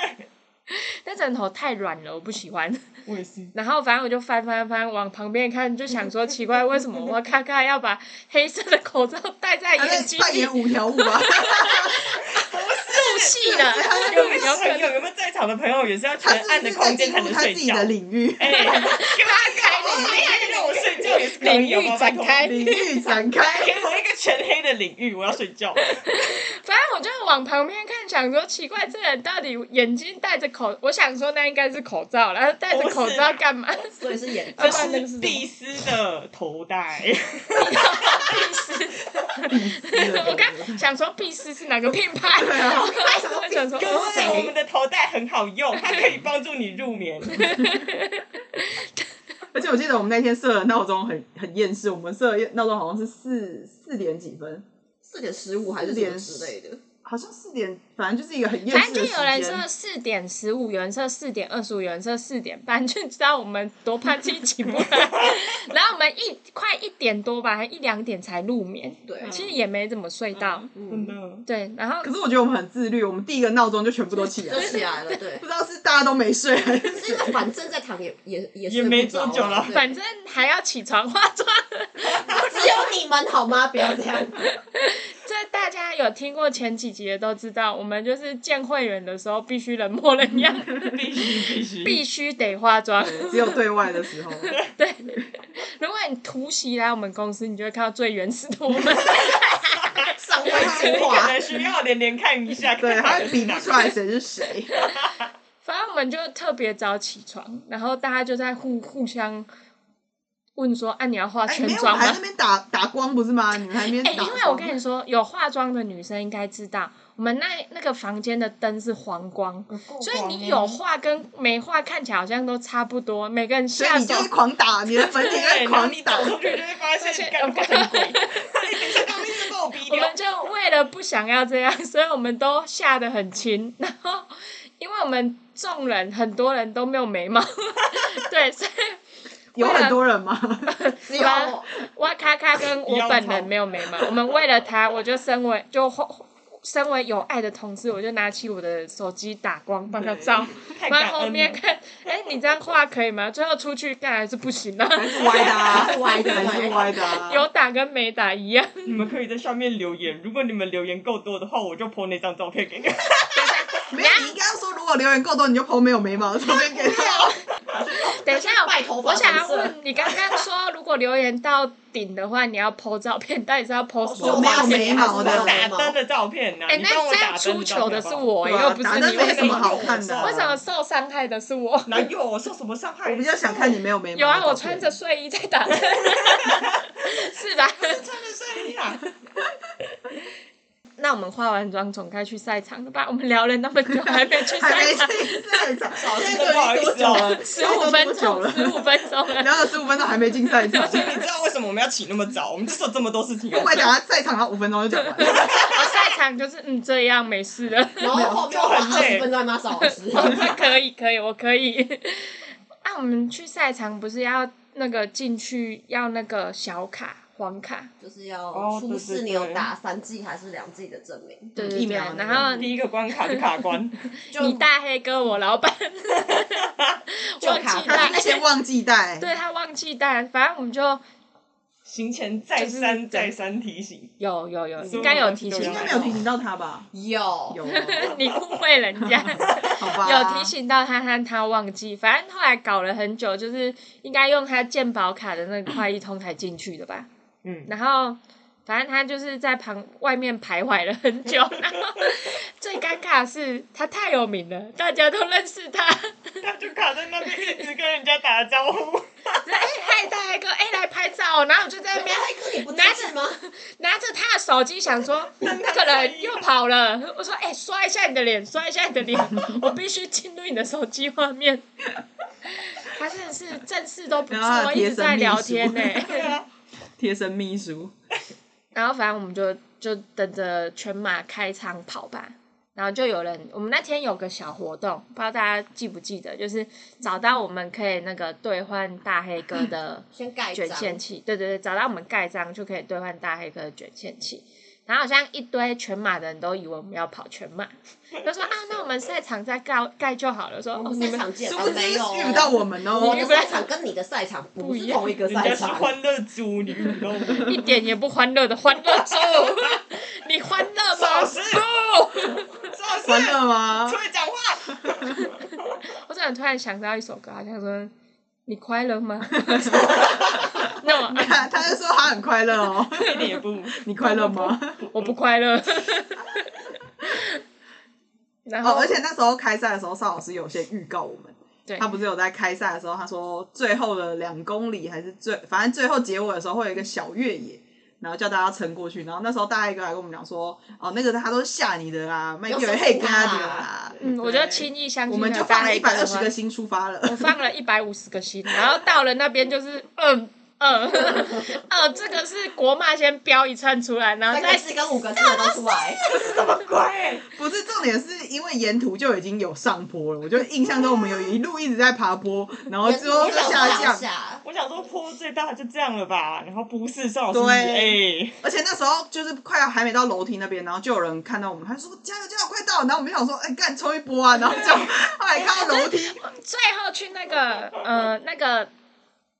[SPEAKER 2] 那枕头太软了，我不喜欢。
[SPEAKER 3] 我也 <laughs> 是。
[SPEAKER 2] 然后反正我就翻翻翻，往旁边看，就想说奇怪，为什么我咔咔要把黑色的口罩戴在
[SPEAKER 1] 他
[SPEAKER 2] 眼
[SPEAKER 1] 在
[SPEAKER 2] 睛
[SPEAKER 1] 扮
[SPEAKER 2] 里，
[SPEAKER 1] 演五条悟啊吧？
[SPEAKER 2] 入戏了，
[SPEAKER 3] 有没有
[SPEAKER 2] 有可能
[SPEAKER 3] 朋友？有没有在场的朋友也是要
[SPEAKER 1] 他
[SPEAKER 3] 全
[SPEAKER 1] <laughs> 是
[SPEAKER 3] 暗
[SPEAKER 1] 不
[SPEAKER 3] 的
[SPEAKER 1] 是在
[SPEAKER 3] 空间
[SPEAKER 1] 进
[SPEAKER 3] 才
[SPEAKER 1] 入
[SPEAKER 3] 能
[SPEAKER 1] 他
[SPEAKER 3] 睡
[SPEAKER 1] 自己
[SPEAKER 3] 觉？
[SPEAKER 1] 的领域？
[SPEAKER 3] <laughs> 哎，给我开让我睡觉也是可以
[SPEAKER 2] 领域
[SPEAKER 3] 好不好
[SPEAKER 2] 展开
[SPEAKER 1] 领域展开，
[SPEAKER 3] 给我一个全黑的领域，我要睡觉。
[SPEAKER 2] 反正我就往旁边看，想说奇怪，这人到底眼睛戴着口，我想说那应该是口罩，然后戴着口罩干嘛？
[SPEAKER 4] 所以是演
[SPEAKER 2] 啊
[SPEAKER 3] 这
[SPEAKER 2] 不然那个是什
[SPEAKER 3] 是
[SPEAKER 2] 么
[SPEAKER 3] 必斯的头 <laughs> 戴，
[SPEAKER 2] 我刚想说必斯是哪个品牌？
[SPEAKER 1] 啊
[SPEAKER 2] 我想说，
[SPEAKER 3] 跟
[SPEAKER 2] 哦
[SPEAKER 3] 我们的头戴很好 <laughs> 用，它可以帮助你入眠。
[SPEAKER 1] 而且我记得我们那天设的闹钟很很厌世，我们设的闹钟好像是四四点几分，
[SPEAKER 4] 四点十五还是什么之类的，
[SPEAKER 1] 好像四点，反正就是一个很厌
[SPEAKER 2] 反
[SPEAKER 1] 世
[SPEAKER 2] 正就
[SPEAKER 1] 的时
[SPEAKER 2] 有人
[SPEAKER 1] 间
[SPEAKER 2] 设。四点十五，有人设四点二十五，有人设四点半，就知道我们多怕自己起不来。然后我们一快一点多吧，还一两点才入眠，
[SPEAKER 4] 对，嗯
[SPEAKER 2] 其实也没怎么睡到。
[SPEAKER 3] 真的，
[SPEAKER 2] 对，然后
[SPEAKER 1] 可是我觉得我们很自律，我们第一个闹钟就全部都起来
[SPEAKER 4] 就
[SPEAKER 1] 了，
[SPEAKER 4] 起来了，对
[SPEAKER 1] 不。知道是大家都没睡还是
[SPEAKER 4] 是因为反正在躺也也也
[SPEAKER 3] 也
[SPEAKER 4] 睡不
[SPEAKER 3] 没
[SPEAKER 4] 着
[SPEAKER 3] 多久
[SPEAKER 4] 啊
[SPEAKER 3] 了
[SPEAKER 4] 对
[SPEAKER 2] 反正还要起床化妆。
[SPEAKER 4] 只有你们好吗？不要这样，
[SPEAKER 2] 这大家有听过前几集的都知道，我们就是见会员的时候必须冷漠
[SPEAKER 1] <laughs>
[SPEAKER 2] 人样，
[SPEAKER 3] 必须必须。
[SPEAKER 2] 必须得化妆。
[SPEAKER 1] 只有对外的 <laughs> 时候。
[SPEAKER 2] 如果你突袭来我们公司，你就会看到最原始的我们。
[SPEAKER 4] 上位
[SPEAKER 3] 你
[SPEAKER 4] 精
[SPEAKER 3] 可
[SPEAKER 4] 华。
[SPEAKER 3] 能需要连连看一下， <laughs>
[SPEAKER 1] 对，
[SPEAKER 3] 看
[SPEAKER 1] 他
[SPEAKER 3] 哪个是
[SPEAKER 1] 比不
[SPEAKER 3] 哪个
[SPEAKER 1] 出来谁是谁。
[SPEAKER 2] 反正我们就特别早起床，然后大家就在互互相问说：“啊，你要化
[SPEAKER 1] 哎，
[SPEAKER 2] 全
[SPEAKER 1] 没有，我
[SPEAKER 2] 妆吗
[SPEAKER 1] 还在那边打打光不是吗？你们还在那？”
[SPEAKER 2] 哎、
[SPEAKER 1] 边打
[SPEAKER 2] 因
[SPEAKER 1] 光。
[SPEAKER 2] 为我跟你说，有化妆的女生应该知道，我们那那个房间的灯是黄光，所以你有画跟没画看起来好像都差不多，每个人
[SPEAKER 1] 所
[SPEAKER 2] 下
[SPEAKER 1] 以你
[SPEAKER 2] 手
[SPEAKER 1] 就是狂打，你的粉底在
[SPEAKER 3] 对，然后
[SPEAKER 1] 狂
[SPEAKER 3] 你
[SPEAKER 1] 打
[SPEAKER 3] 走。出去就会发
[SPEAKER 2] 而且
[SPEAKER 3] 现，干不成鬼，你等一下他们一直把我逼
[SPEAKER 2] 我
[SPEAKER 3] 掉
[SPEAKER 2] 们。就为了不想要这样， <laughs> 所以我们都下得很轻。 <laughs> 然后，因为我们众人很多人都没有眉毛， <laughs> 对，所以
[SPEAKER 1] 有很多人吗？
[SPEAKER 4] 只有我
[SPEAKER 2] 哇咔咔跟我本人没有眉毛。我们为了他，我就身为就身为有爱的同事，我就拿起我的手机打光帮他照。
[SPEAKER 3] 太
[SPEAKER 2] 然
[SPEAKER 3] 感
[SPEAKER 2] 后后
[SPEAKER 3] 恩
[SPEAKER 2] 面
[SPEAKER 3] 了，
[SPEAKER 2] 看，哎，你这样画可以吗？最后出去 <laughs> 干还是不行啊，
[SPEAKER 1] 是歪的啊，
[SPEAKER 4] 是歪的
[SPEAKER 1] 还是歪的啊。
[SPEAKER 2] 有打跟没打一样。
[SPEAKER 3] 你们可以在上面留言。如果你们留言够多的话，我就 po 那张照片给你们。
[SPEAKER 1] 没有？你应该要说，如果留言够多，你就 PO 没有眉毛的照片给
[SPEAKER 2] 啊
[SPEAKER 1] 他。
[SPEAKER 2] 等一下，
[SPEAKER 4] 拜头发
[SPEAKER 2] 我想要
[SPEAKER 4] 粉色
[SPEAKER 2] 问你，刚刚说如果留言到顶的话，你要 po 照片，到底是要 po 什
[SPEAKER 1] 我
[SPEAKER 2] 么
[SPEAKER 1] 没？有眉毛
[SPEAKER 4] 我
[SPEAKER 1] 的
[SPEAKER 4] 的
[SPEAKER 3] 打灯的照片呐、
[SPEAKER 2] 哎、
[SPEAKER 3] 你帮
[SPEAKER 2] 那
[SPEAKER 3] 我
[SPEAKER 2] 这
[SPEAKER 3] 打
[SPEAKER 2] 样
[SPEAKER 3] 灯
[SPEAKER 2] 出糗
[SPEAKER 3] 的照
[SPEAKER 2] 的
[SPEAKER 3] 片
[SPEAKER 2] 是
[SPEAKER 3] 好不好。
[SPEAKER 2] 我，
[SPEAKER 1] 对
[SPEAKER 2] 又
[SPEAKER 1] 啊
[SPEAKER 2] 不
[SPEAKER 1] 打
[SPEAKER 2] 是
[SPEAKER 1] 灯
[SPEAKER 2] 你，
[SPEAKER 1] 没
[SPEAKER 2] 为什
[SPEAKER 1] 什么
[SPEAKER 2] 么？
[SPEAKER 1] 好看的啊？
[SPEAKER 2] 为什么受伤害的是我？
[SPEAKER 3] 哪有？我受什么伤害？
[SPEAKER 1] 我比较想看你没有眉毛。
[SPEAKER 2] 有啊，我穿着。睡衣在打灯， <laughs> 是吧？
[SPEAKER 3] 穿着睡衣啦。
[SPEAKER 2] 那我们化完妆总该去赛场了吧？我们聊了那么久，还没去
[SPEAKER 1] 还
[SPEAKER 2] 赛
[SPEAKER 1] 没
[SPEAKER 2] 场，
[SPEAKER 1] 进赛
[SPEAKER 2] <laughs>
[SPEAKER 1] 场，现在
[SPEAKER 3] 不好意
[SPEAKER 1] 都已经多
[SPEAKER 3] 思
[SPEAKER 1] 久
[SPEAKER 3] 哦
[SPEAKER 1] 了？
[SPEAKER 2] 十五分钟，
[SPEAKER 1] 了
[SPEAKER 2] 十五分钟了。
[SPEAKER 1] 聊了十五分钟还没进赛
[SPEAKER 2] <laughs>
[SPEAKER 1] 场，
[SPEAKER 3] 所以你知道为什么我们要起那么早？我们就是有这么多事情要啊
[SPEAKER 1] 不
[SPEAKER 3] 做
[SPEAKER 1] 会等下啊赛场，他五分钟就讲完
[SPEAKER 4] <laughs>
[SPEAKER 1] 了。
[SPEAKER 2] 我哦赛场就是嗯这样没事了。
[SPEAKER 4] 然后后面花二十分钟在那找老师，
[SPEAKER 2] <laughs> 那可以可以，我可以。 <laughs> 啊，我们去赛场不是要那个进去要那个小卡黄卡，
[SPEAKER 4] 就是要
[SPEAKER 3] 哦
[SPEAKER 4] 出
[SPEAKER 3] 对
[SPEAKER 4] 示
[SPEAKER 3] 对
[SPEAKER 4] 你有
[SPEAKER 3] 对
[SPEAKER 4] 打三剂还是两剂的证明。
[SPEAKER 2] 对
[SPEAKER 1] 疫
[SPEAKER 2] 对对，
[SPEAKER 1] 苗那个
[SPEAKER 2] 然后
[SPEAKER 3] 第一个关卡就卡关，
[SPEAKER 4] 就
[SPEAKER 2] 你大黑哥我老 <laughs> 板忘
[SPEAKER 4] 卡
[SPEAKER 2] 记
[SPEAKER 4] 卡
[SPEAKER 2] 带
[SPEAKER 1] 他，先忘记带，
[SPEAKER 2] 对他忘记带，反正我们就
[SPEAKER 3] 行前再
[SPEAKER 2] 就是
[SPEAKER 3] 三
[SPEAKER 2] 对
[SPEAKER 3] 再三提醒，
[SPEAKER 2] 有有有，
[SPEAKER 3] 所
[SPEAKER 2] 应
[SPEAKER 3] 以
[SPEAKER 2] 该有
[SPEAKER 3] 我
[SPEAKER 2] 提
[SPEAKER 3] 就
[SPEAKER 2] 醒 <laughs>
[SPEAKER 1] 应
[SPEAKER 3] 让
[SPEAKER 1] 该
[SPEAKER 2] 到，
[SPEAKER 1] 没有提醒到他吧？
[SPEAKER 4] 有
[SPEAKER 1] 有，
[SPEAKER 2] 你误会人 <laughs> 家，
[SPEAKER 1] 好吧？
[SPEAKER 2] 有提醒到他，但他忘记。反正后来搞了很久，就是应该用他健保卡的那个快易通才进去的吧。
[SPEAKER 4] 嗯，
[SPEAKER 2] 然后反正他就是在旁外面徘徊了很久。 <laughs> 然后最尴尬的是他太有名了，大家都认识他。
[SPEAKER 3] 他就卡在那边一直跟人家打招
[SPEAKER 2] <laughs>
[SPEAKER 3] 呼。
[SPEAKER 2] 哎、嗨，大黑哥，哎、来拍照哦。然后我就在那边
[SPEAKER 4] 哎，哥你不
[SPEAKER 2] 拿
[SPEAKER 4] 拿
[SPEAKER 2] 着
[SPEAKER 4] 着吗？
[SPEAKER 2] 拿着他的手机，想说那个人又跑了。我说：“哎、刷一下你的脸，刷一下你的脸，我必须进入你的手机画面。”他真的是正事都不
[SPEAKER 1] 然后他
[SPEAKER 2] 做，
[SPEAKER 1] 的
[SPEAKER 2] 一
[SPEAKER 1] 贴
[SPEAKER 2] 直
[SPEAKER 1] 身
[SPEAKER 2] 在聊
[SPEAKER 1] 秘书
[SPEAKER 2] 天欸呢、
[SPEAKER 3] 对啊，
[SPEAKER 1] 贴身秘书，
[SPEAKER 2] 然后反正我们就就等着全马开场跑吧。然后就有人，我们那天有个小活动，不知道大家记不记得，就是找到我们可以那个兑换大黑哥的
[SPEAKER 4] 先盖
[SPEAKER 2] 卷
[SPEAKER 4] 章
[SPEAKER 2] 线器，对对对，找到我们盖章就可以兑换大黑哥的卷线器。然后好像一堆全马的人都以为我们要跑全马，就说啊，那我们赛场再盖盖就好了。我说
[SPEAKER 4] 我
[SPEAKER 2] 哦，
[SPEAKER 4] 们
[SPEAKER 2] 你
[SPEAKER 4] 赛
[SPEAKER 2] 们
[SPEAKER 4] 场见
[SPEAKER 1] 殊
[SPEAKER 4] 啊
[SPEAKER 1] 不，知
[SPEAKER 4] 没有
[SPEAKER 1] 遇不到我们
[SPEAKER 4] 我
[SPEAKER 1] 哦
[SPEAKER 4] 的。赛场跟你的赛场不是同一个
[SPEAKER 3] 人
[SPEAKER 4] 赛
[SPEAKER 3] 家是
[SPEAKER 4] <laughs> 场，
[SPEAKER 3] 欢乐猪，你遇
[SPEAKER 2] <laughs>
[SPEAKER 3] 到我，
[SPEAKER 2] 一点也不欢乐的欢乐
[SPEAKER 4] <laughs>
[SPEAKER 2] 猪，你欢乐吗？
[SPEAKER 3] 少是
[SPEAKER 2] 不， <laughs>
[SPEAKER 3] 赵师
[SPEAKER 1] 欢乐吗 <laughs>
[SPEAKER 3] 啊出？来讲话，
[SPEAKER 2] 我真的突然想到一首歌，好像说你快乐吗？ <laughs> 那我
[SPEAKER 1] 他他就说他很快乐哦，
[SPEAKER 3] 一点也不。
[SPEAKER 1] <laughs> 你快乐吗？
[SPEAKER 2] 我不快乐。 <laughs> 然后、
[SPEAKER 1] 哦，而且那时候开赛的时候，邵老师有先预告我们，
[SPEAKER 2] 对
[SPEAKER 1] 他不是有在开赛的时候，他说最后的两公里还是最，反正最后结尾的时候会有一个小越野。然后叫大家撑过去，然后那时候大家一个来跟我们讲说，哦，那个他都是吓你的啦，麦克
[SPEAKER 4] 有什么
[SPEAKER 1] 黑咖
[SPEAKER 4] 啊
[SPEAKER 1] 的啦，
[SPEAKER 2] 嗯，我就轻易相信
[SPEAKER 1] 我们就
[SPEAKER 2] 了大
[SPEAKER 1] 放了
[SPEAKER 2] 黑
[SPEAKER 1] 一
[SPEAKER 2] 哥
[SPEAKER 1] 百
[SPEAKER 2] 的
[SPEAKER 1] 二十
[SPEAKER 2] 话
[SPEAKER 1] 个心出发
[SPEAKER 3] <laughs>
[SPEAKER 1] 了。
[SPEAKER 2] 我放了一百五十个心，然后到了那边就是嗯。嗯， <laughs> 嗯，这个是国骂先标一串出来，然后
[SPEAKER 4] 三
[SPEAKER 2] 再
[SPEAKER 4] 个字跟五个字的都出来，
[SPEAKER 3] 什么鬼？
[SPEAKER 1] 不是重点，是因为沿途就已经有上坡了，我就
[SPEAKER 3] 啊
[SPEAKER 1] 印象中我们有一路一直在爬坡，然哦后之后
[SPEAKER 4] 我
[SPEAKER 1] 就
[SPEAKER 4] 想
[SPEAKER 1] 下降，
[SPEAKER 4] 降，
[SPEAKER 3] 我想说坡最大就这样了吧，然后不是邵老师，
[SPEAKER 1] 对
[SPEAKER 3] 哎，
[SPEAKER 1] 而且那时候就是快要还没到楼梯那边，然后就有人看到我们，他就说加油加油快到了，然后我们就想说哎干冲一波啊，然后就后来看到楼梯，
[SPEAKER 2] 最后去那个呃那个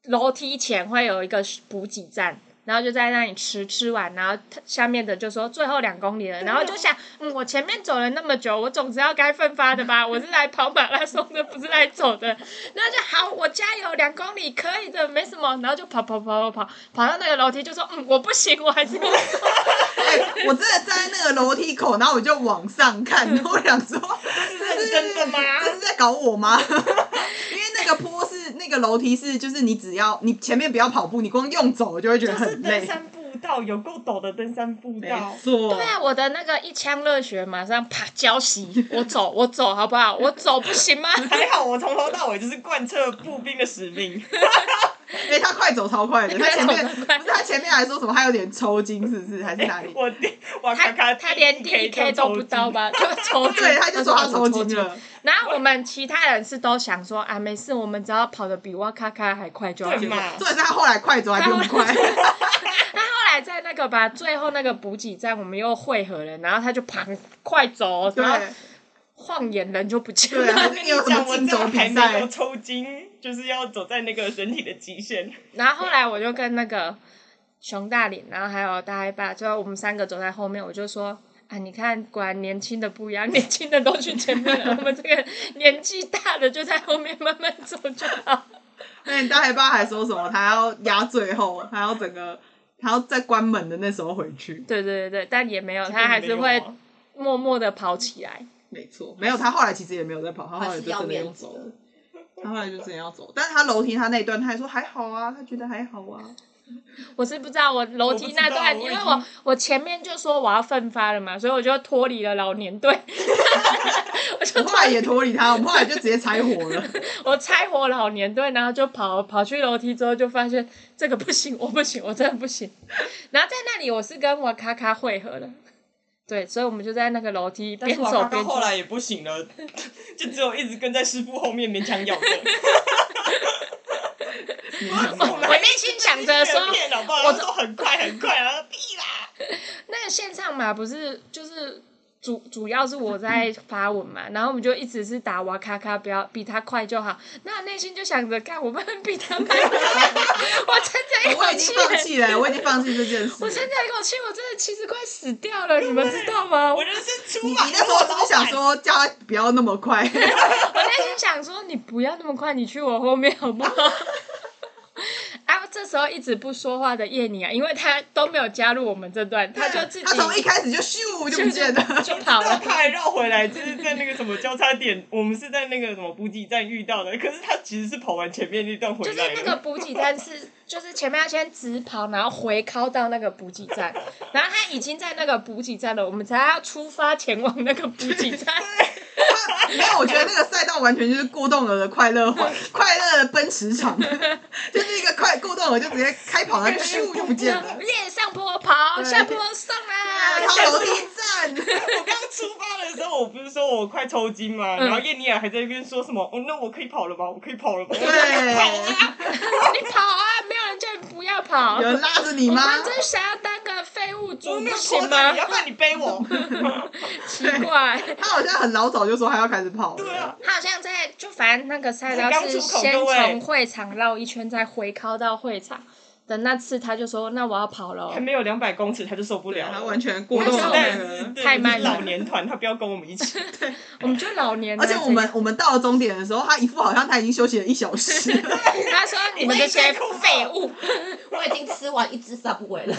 [SPEAKER 2] 楼梯前会有一个补给站，然后就在那里吃，吃完然后他下面的就说最后两公里了，然后就想，嗯，我前面走了那么久，我总知道该奋发的 <laughs> 吧，我是来跑马拉松的，不是来走的，然后就好，我加油，两公里可以的，没什么，然后就跑跑跑跑跑，跑到那个楼梯就说，嗯，我不行，我还是要走。
[SPEAKER 1] 哎、我真的站在那个楼梯口，然后我就往上看，然后我想
[SPEAKER 3] <laughs>
[SPEAKER 1] 说
[SPEAKER 3] 是认真的吗？
[SPEAKER 1] 这是在搞我吗？ <laughs> 因为那个坡是那个楼梯是就是你只要你前面不要跑步，你光用走我就会觉得
[SPEAKER 3] 就是
[SPEAKER 1] 很
[SPEAKER 3] 登
[SPEAKER 1] 累，
[SPEAKER 3] 山步道，有够陡的登山步道
[SPEAKER 1] 没。错，
[SPEAKER 2] <laughs> 对啊，我的那个一腔热血马上啪浇熄，我走，我走好不好？我走不行吗？
[SPEAKER 3] 还好我从头到尾就是贯彻步兵的使
[SPEAKER 2] <laughs>
[SPEAKER 3] 命，
[SPEAKER 1] 哎、他快走超 <laughs> 快的，哎他前面不是他前面还说什么他有点抽筋，是不是？ <laughs> 还是哪里？
[SPEAKER 3] 我第哇
[SPEAKER 2] 他
[SPEAKER 3] 咔咔，
[SPEAKER 2] 他连第
[SPEAKER 3] 第
[SPEAKER 2] 一 K 都不到
[SPEAKER 3] 到？
[SPEAKER 2] 吧， <laughs> 就抽筋。
[SPEAKER 1] 对，他就说他抽筋了。
[SPEAKER 2] 然后我们其他人是都想说啊，没事，我们只要跑得比哇咔咔还快就好。
[SPEAKER 3] 对嘛
[SPEAKER 1] 重点是他后来快走还比我们 <laughs> 快，
[SPEAKER 2] 那后来在那个吧，最后那个补给站我们又汇合了，然后他就砰快走，
[SPEAKER 1] 对
[SPEAKER 2] 然后晃眼人就不见
[SPEAKER 1] 对，啊
[SPEAKER 2] 了。
[SPEAKER 1] 他就
[SPEAKER 3] 跟
[SPEAKER 1] 你有
[SPEAKER 3] 你
[SPEAKER 1] 什么
[SPEAKER 3] 讲，我
[SPEAKER 1] 竞
[SPEAKER 3] 这
[SPEAKER 1] 走
[SPEAKER 3] 还
[SPEAKER 1] 比
[SPEAKER 3] 没有
[SPEAKER 1] 赛？
[SPEAKER 3] 抽筋，就是要走在那个人体的极限。
[SPEAKER 2] <laughs> 然后后来我就跟那个熊大林，然后还有大黑爸，最后我们三个走在后面，我就说。啊！你看，果然年轻的不一样，年轻的都去前面了，我们这个年纪大的就在后面慢慢走就好。
[SPEAKER 1] 那你大黑爸还说什么？他要压最后，他要整个，他要在关门的那时候回去。
[SPEAKER 2] 对对对对，但也没有，
[SPEAKER 3] 这
[SPEAKER 2] 他还
[SPEAKER 3] 并
[SPEAKER 2] 是
[SPEAKER 3] 没有
[SPEAKER 2] 会
[SPEAKER 3] 啊
[SPEAKER 2] 默默的跑起来。
[SPEAKER 1] 没错，没有他后来其实也没有在跑，他后来就真的要走了。他后来就真的要走，但是他楼梯他那一段他还说还好啊，他觉得还好 <laughs> 啊。
[SPEAKER 2] 我是不知道我楼梯那段，
[SPEAKER 3] 我不
[SPEAKER 2] 因
[SPEAKER 3] 知道
[SPEAKER 2] 为
[SPEAKER 3] 我已
[SPEAKER 2] 我我前面就说我要奋发了嘛，所以我就脱离了老年队， <laughs> 我
[SPEAKER 1] 我
[SPEAKER 2] 就
[SPEAKER 1] 们后来也脱离他，我们后来就直接拆火了。
[SPEAKER 2] 我拆伙老年队，然后就跑跑去楼梯之后就发现这个不行，我不行，我真的不行。然后在那里我是跟我卡卡汇合了。对，所以我们就在那个楼梯
[SPEAKER 3] 但
[SPEAKER 2] 边
[SPEAKER 3] 是我
[SPEAKER 2] 走
[SPEAKER 3] 刚
[SPEAKER 2] 边
[SPEAKER 3] 刚后
[SPEAKER 2] 跳
[SPEAKER 3] 来也不行了， <laughs> 就只有一直跟在师傅后面勉强咬着。
[SPEAKER 2] 我内心想着说
[SPEAKER 3] 我骗老爸，
[SPEAKER 2] 啊我
[SPEAKER 3] 他说很快很快，然后屁啦。
[SPEAKER 2] 那个线上嘛，不是就是主主要是我在发文嘛，然后我们就一直是打哇咔咔，不要比他快就好。那内心就想着，看我不能比他慢， <laughs> 我撑着一
[SPEAKER 1] 我
[SPEAKER 2] 口
[SPEAKER 1] 已
[SPEAKER 2] 气
[SPEAKER 1] 经放
[SPEAKER 2] 了，
[SPEAKER 1] 弃了，我已经放弃这件事
[SPEAKER 2] 我
[SPEAKER 1] 了。
[SPEAKER 2] 撑着一口气，我真的其实快死掉了，你们知道吗？
[SPEAKER 3] 我
[SPEAKER 2] 我
[SPEAKER 3] 就是出
[SPEAKER 1] 你
[SPEAKER 3] 马
[SPEAKER 1] 你那时候是不是想说叫他不要那么快？
[SPEAKER 2] 内心想说，你不要那么快，你去我后面好不好？ <laughs> 啊，这时候一直不说话的叶妮啊，因为她都没有加入我们这段，她就自
[SPEAKER 1] <laughs>
[SPEAKER 2] 己
[SPEAKER 1] 他从一开始就咻就不见了。
[SPEAKER 2] 就跑
[SPEAKER 3] 那
[SPEAKER 2] 了。
[SPEAKER 3] 他还绕回来，就是在那个什么交叉点，我们是在那个什么补给站遇到的，可是他其实是跑完前面那段回
[SPEAKER 2] 就是
[SPEAKER 3] 来
[SPEAKER 2] 那
[SPEAKER 3] 的。
[SPEAKER 2] 个补给站是，就是前面要先直跑，然后回靠到那个补给站，然后他已经在那个补给站了，我们才要出发前往那个补给
[SPEAKER 3] <laughs>
[SPEAKER 2] 站。
[SPEAKER 1] <laughs> 没有，我觉得那个赛道完全就是过动儿的快乐
[SPEAKER 2] <laughs>
[SPEAKER 1] 环，快乐的奔驰场，就是一个快过动儿就直接开跑，然后就咻就不见
[SPEAKER 3] 啊
[SPEAKER 1] 了。
[SPEAKER 2] 耶，上坡跑，
[SPEAKER 1] 对
[SPEAKER 2] 下坡上
[SPEAKER 1] 啊，
[SPEAKER 2] 啦！
[SPEAKER 1] <laughs> 高楼地
[SPEAKER 2] <laughs>
[SPEAKER 1] 站，
[SPEAKER 3] 我刚出发的时候，我不是说我快抽筋嘛，
[SPEAKER 2] 嗯
[SPEAKER 3] 然后叶尼尔还在那边说什么，哦，那我可以跑了吧，我可以跑了吧，
[SPEAKER 2] <laughs>
[SPEAKER 3] 我
[SPEAKER 1] 对，
[SPEAKER 2] 你跑啊，没有人叫你不要跑
[SPEAKER 1] 有。人拉着你
[SPEAKER 2] 我
[SPEAKER 1] 吗？
[SPEAKER 2] 们真想要当个废物
[SPEAKER 3] 我
[SPEAKER 2] 主
[SPEAKER 3] 没
[SPEAKER 2] 不
[SPEAKER 3] 有拖
[SPEAKER 2] 行
[SPEAKER 3] 着
[SPEAKER 2] 吗
[SPEAKER 3] 你，？要不然你背我。
[SPEAKER 2] 奇怪，
[SPEAKER 1] 他好像很老早就说他要开始跑
[SPEAKER 3] 对啊
[SPEAKER 1] 了，，
[SPEAKER 2] 他好像在就反正那个赛道
[SPEAKER 3] 刚
[SPEAKER 2] 是
[SPEAKER 3] 出口
[SPEAKER 2] 先
[SPEAKER 3] 各位
[SPEAKER 2] 从会场绕一圈，再回靠到会场。的那次他就说：“那我要跑了哦。
[SPEAKER 3] 还没有两百公尺他就受不了
[SPEAKER 1] 他
[SPEAKER 3] 了。
[SPEAKER 1] 啊完全过
[SPEAKER 2] 动
[SPEAKER 1] 动了
[SPEAKER 2] 儿的
[SPEAKER 1] 那个。
[SPEAKER 2] 那
[SPEAKER 3] 对
[SPEAKER 2] 太慢了
[SPEAKER 3] 老年团，他不要跟我们一起。
[SPEAKER 2] <laughs> 我们就老年了，
[SPEAKER 1] 而且我们我们到了终点的时候，他一副好像他已经休息了一小时，
[SPEAKER 2] <laughs> 他说你们这些废物，
[SPEAKER 4] <laughs> 我已经吃完一只 Subway 了，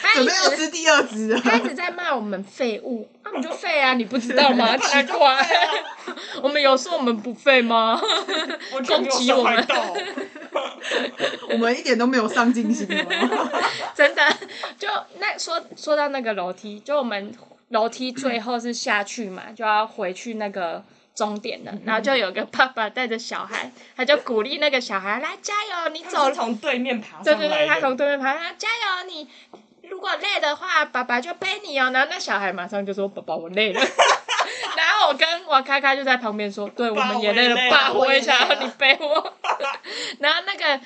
[SPEAKER 2] 他
[SPEAKER 1] 准
[SPEAKER 2] 一
[SPEAKER 1] 备要
[SPEAKER 2] 直
[SPEAKER 1] 吃第二只啊了。
[SPEAKER 2] 他一直在骂我们废物，那、我们就废
[SPEAKER 1] <laughs>
[SPEAKER 2] 啊，你不知道吗？奇
[SPEAKER 1] 啊
[SPEAKER 2] 怪， <laughs> 我们有说我们不废吗？ <laughs>
[SPEAKER 3] 我就没有伤害到。
[SPEAKER 1] 我们一点都没有上进心，有哦没有
[SPEAKER 2] 真的，就那说说到那个楼梯，就我们楼梯最后是下去嘛，就要回去那个终点了，然后就有个爸爸带着小孩，他就鼓励那个小孩来加油，你
[SPEAKER 3] 他
[SPEAKER 2] 走
[SPEAKER 3] 是从对面爬
[SPEAKER 2] 对
[SPEAKER 3] 上
[SPEAKER 2] 对对，他
[SPEAKER 3] 来
[SPEAKER 2] 从
[SPEAKER 3] 的，
[SPEAKER 2] 对面爬，他加油你。如果累的话，爸爸就背你哦。然后那小孩马上就说：“爸爸，我累了。” <laughs> 然后我跟王开开就在旁边说：“对，我
[SPEAKER 3] 爸
[SPEAKER 2] 们也
[SPEAKER 3] 我
[SPEAKER 2] 累
[SPEAKER 3] 也
[SPEAKER 2] 了，
[SPEAKER 3] 累
[SPEAKER 2] 爸，
[SPEAKER 4] 了
[SPEAKER 2] 我
[SPEAKER 4] 我
[SPEAKER 2] 也
[SPEAKER 4] 也
[SPEAKER 2] 想
[SPEAKER 4] 累
[SPEAKER 2] 要
[SPEAKER 4] 了
[SPEAKER 2] 你背我。” <laughs> 然后那个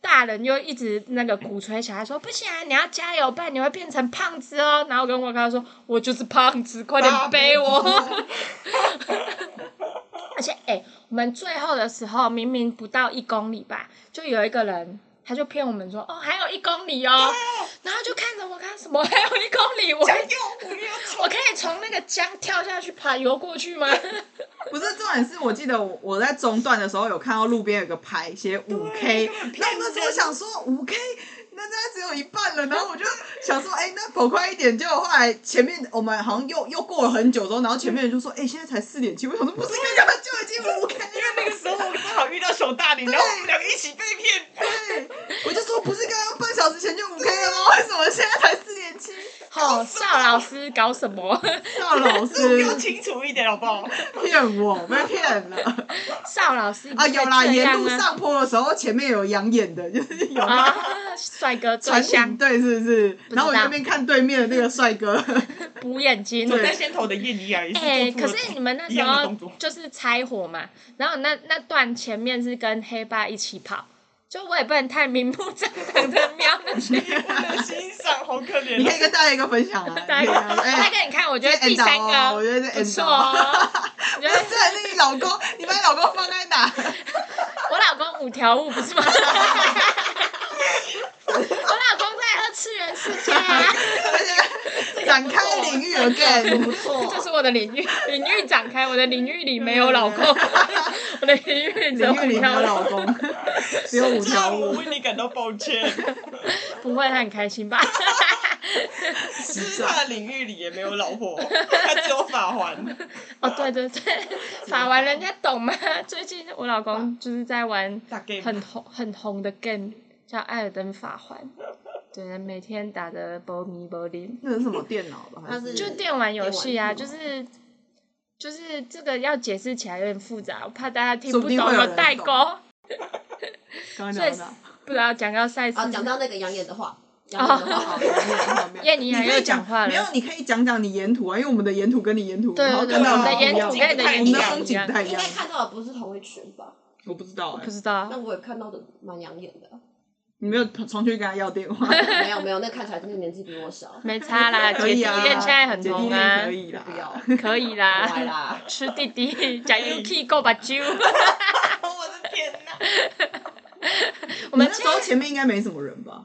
[SPEAKER 2] 大人又一直那个鼓吹小孩说：“不行啊，你要加油，不然你会变成胖子哦。”然后我跟王开开说：“我就是胖子，快点背我。”而且，哎、我们最后的时候明明不到一公里吧，就有一个人他就骗我们说，哦，还有一公里哦，然后就看着我看什么还有一公里，我
[SPEAKER 3] 加油，哎我们要
[SPEAKER 2] 我可以从那个江跳下去爬游过去吗？
[SPEAKER 1] <laughs>
[SPEAKER 2] <laughs>
[SPEAKER 1] 不是重点是我记得我我在中段的时候有看到路边有个牌写五 K，
[SPEAKER 3] 根本骗
[SPEAKER 1] 那
[SPEAKER 3] 人
[SPEAKER 1] 我那时候想说五 K，那那只有一半了，然后我就想说，哎、那跑快一点。结果后来前面我们好像又又过了很久之后，然后前面人就说，哎、现在才四点七，我想说不是刚刚就已经五 K
[SPEAKER 3] 因为
[SPEAKER 1] 了，
[SPEAKER 3] 那个时候我刚好遇到熊大林，然后我们两个一起被骗。
[SPEAKER 1] 对，我就说不是刚刚半小时前就五 K 了吗？为什么现在才四点七？
[SPEAKER 2] 哦，邵老师搞什么？
[SPEAKER 1] 赵老
[SPEAKER 3] 路标
[SPEAKER 1] 师
[SPEAKER 3] 清楚一点好
[SPEAKER 2] <laughs>
[SPEAKER 3] 不好？
[SPEAKER 1] 骗我，被骗了
[SPEAKER 2] 邵老师 <laughs>
[SPEAKER 1] 啊！
[SPEAKER 2] 你在
[SPEAKER 1] 有啦，
[SPEAKER 2] 这
[SPEAKER 1] 沿
[SPEAKER 2] 样
[SPEAKER 1] 路
[SPEAKER 2] 啊
[SPEAKER 1] 上坡的时候，前面有养眼的， <laughs> 就是有那个
[SPEAKER 2] 啊，帅哥最
[SPEAKER 1] 传
[SPEAKER 2] 香
[SPEAKER 1] 统，对，是不是？
[SPEAKER 2] 道
[SPEAKER 1] 然后我就那边看对面的那个帅哥， <laughs>
[SPEAKER 2] 补眼睛。
[SPEAKER 3] 走在先头的叶尼尔也是
[SPEAKER 2] 哎、
[SPEAKER 3] 做
[SPEAKER 2] 可
[SPEAKER 3] 出了
[SPEAKER 2] 是你们那
[SPEAKER 3] 一
[SPEAKER 2] 时
[SPEAKER 3] 样的
[SPEAKER 2] 候
[SPEAKER 3] 动作。
[SPEAKER 2] 就是拆火嘛，然后那那段前面是跟黑爸一起跑，就我也不能太明目张胆的
[SPEAKER 1] <laughs>
[SPEAKER 2] 瞄那些。
[SPEAKER 3] 不能欣赏，好可怜
[SPEAKER 1] 你可
[SPEAKER 3] 哦。
[SPEAKER 1] 以跟大家一个分享啊。
[SPEAKER 2] 大
[SPEAKER 1] 你
[SPEAKER 2] 哥，
[SPEAKER 1] 可以啊
[SPEAKER 2] 大
[SPEAKER 1] 哎，
[SPEAKER 2] 哥，你看，我觉得第三
[SPEAKER 1] 这 end 哦
[SPEAKER 2] 个
[SPEAKER 1] 我觉得这
[SPEAKER 2] 不
[SPEAKER 1] end
[SPEAKER 2] 错
[SPEAKER 1] 哦
[SPEAKER 2] 哦。我觉
[SPEAKER 1] 不
[SPEAKER 2] 得
[SPEAKER 1] 是那你老公，你把你老公放在哪？ <laughs>
[SPEAKER 2] 我老公五条悟不是吗？我老公在二次元世界啊，
[SPEAKER 1] 展开领域 again。
[SPEAKER 4] 不错
[SPEAKER 2] 这。是我的领域，领域展开，我的领域里没有老公，我的领域只
[SPEAKER 1] 领域里
[SPEAKER 2] 有五
[SPEAKER 1] 没有
[SPEAKER 2] 条
[SPEAKER 1] 老
[SPEAKER 2] 悟，
[SPEAKER 1] 公，只有五
[SPEAKER 3] 这
[SPEAKER 1] 条
[SPEAKER 3] 让我
[SPEAKER 1] 悟。
[SPEAKER 3] 为你感到抱
[SPEAKER 2] <laughs>
[SPEAKER 3] 歉。
[SPEAKER 2] 不会他很开心吧？
[SPEAKER 3] 是他的领域里也没有老婆，他只有法环。
[SPEAKER 2] <laughs> 哦，对对对，
[SPEAKER 1] <laughs>
[SPEAKER 2] 法玩人家懂吗？ <laughs> 最近我老
[SPEAKER 1] 啊
[SPEAKER 2] 公就是在玩
[SPEAKER 3] 大 game
[SPEAKER 2] 很红很红的 game，叫《艾尔登法环》，对，每天打的波迷波林，
[SPEAKER 1] 那是什么电脑吧？还
[SPEAKER 4] 它是
[SPEAKER 2] 就电玩游戏啊，就
[SPEAKER 4] 电玩
[SPEAKER 2] 是就是这个要解释起来有点复杂，我怕大家听
[SPEAKER 1] 说
[SPEAKER 2] 不
[SPEAKER 1] 不
[SPEAKER 2] 懂，
[SPEAKER 1] 定会有
[SPEAKER 2] 有
[SPEAKER 1] 人
[SPEAKER 2] 代
[SPEAKER 1] 懂
[SPEAKER 2] 沟。
[SPEAKER 1] 刚刚
[SPEAKER 2] 所以
[SPEAKER 1] 讲到
[SPEAKER 2] 不知道讲到赛事
[SPEAKER 4] 啊，，讲到那个养眼的话，养眼的
[SPEAKER 1] 哦
[SPEAKER 4] 话，
[SPEAKER 1] 哪？
[SPEAKER 2] 燕妮还
[SPEAKER 1] 可
[SPEAKER 2] 又
[SPEAKER 1] 以
[SPEAKER 2] 讲话
[SPEAKER 1] 没有
[SPEAKER 2] 了，，
[SPEAKER 1] 你可以讲讲你沿途啊，因为我们的沿途跟你沿途，
[SPEAKER 2] 对
[SPEAKER 1] 然后
[SPEAKER 2] 对
[SPEAKER 1] 看
[SPEAKER 2] 对，
[SPEAKER 1] 到
[SPEAKER 2] 我
[SPEAKER 1] 的
[SPEAKER 2] 们的
[SPEAKER 1] 不一
[SPEAKER 2] 沿
[SPEAKER 1] 样
[SPEAKER 2] 途跟你的
[SPEAKER 1] 我们
[SPEAKER 2] 沿途
[SPEAKER 1] 的
[SPEAKER 2] 不
[SPEAKER 1] 风
[SPEAKER 2] 一
[SPEAKER 1] 景
[SPEAKER 2] 样
[SPEAKER 1] 不，太一
[SPEAKER 4] 应
[SPEAKER 1] 样
[SPEAKER 4] 该。看到的不是同一群吧？
[SPEAKER 1] 我不知道
[SPEAKER 2] 我
[SPEAKER 1] 哎
[SPEAKER 2] 不，知道
[SPEAKER 4] 那我也看到的蛮养眼的，
[SPEAKER 1] 你没有冲去跟他要
[SPEAKER 2] <laughs>
[SPEAKER 1] 电话，
[SPEAKER 4] 没有没有，那看起来真的年纪比我小，
[SPEAKER 2] 没差啦，
[SPEAKER 1] <laughs> 可
[SPEAKER 2] 姐弟
[SPEAKER 1] 以啊，
[SPEAKER 2] 恋现在很
[SPEAKER 1] 姐弟
[SPEAKER 2] 红
[SPEAKER 1] 恋
[SPEAKER 2] 啊
[SPEAKER 1] 可，以啦，啊
[SPEAKER 4] 不要，
[SPEAKER 2] 可以
[SPEAKER 4] 乖
[SPEAKER 2] 啦，
[SPEAKER 4] 啦，
[SPEAKER 2] 吃弟弟，讲 UK 够把酒。
[SPEAKER 3] 哦我的天哪！
[SPEAKER 2] <laughs> 我们
[SPEAKER 1] 你那
[SPEAKER 2] 现
[SPEAKER 1] 时候前面应该没什么人吧？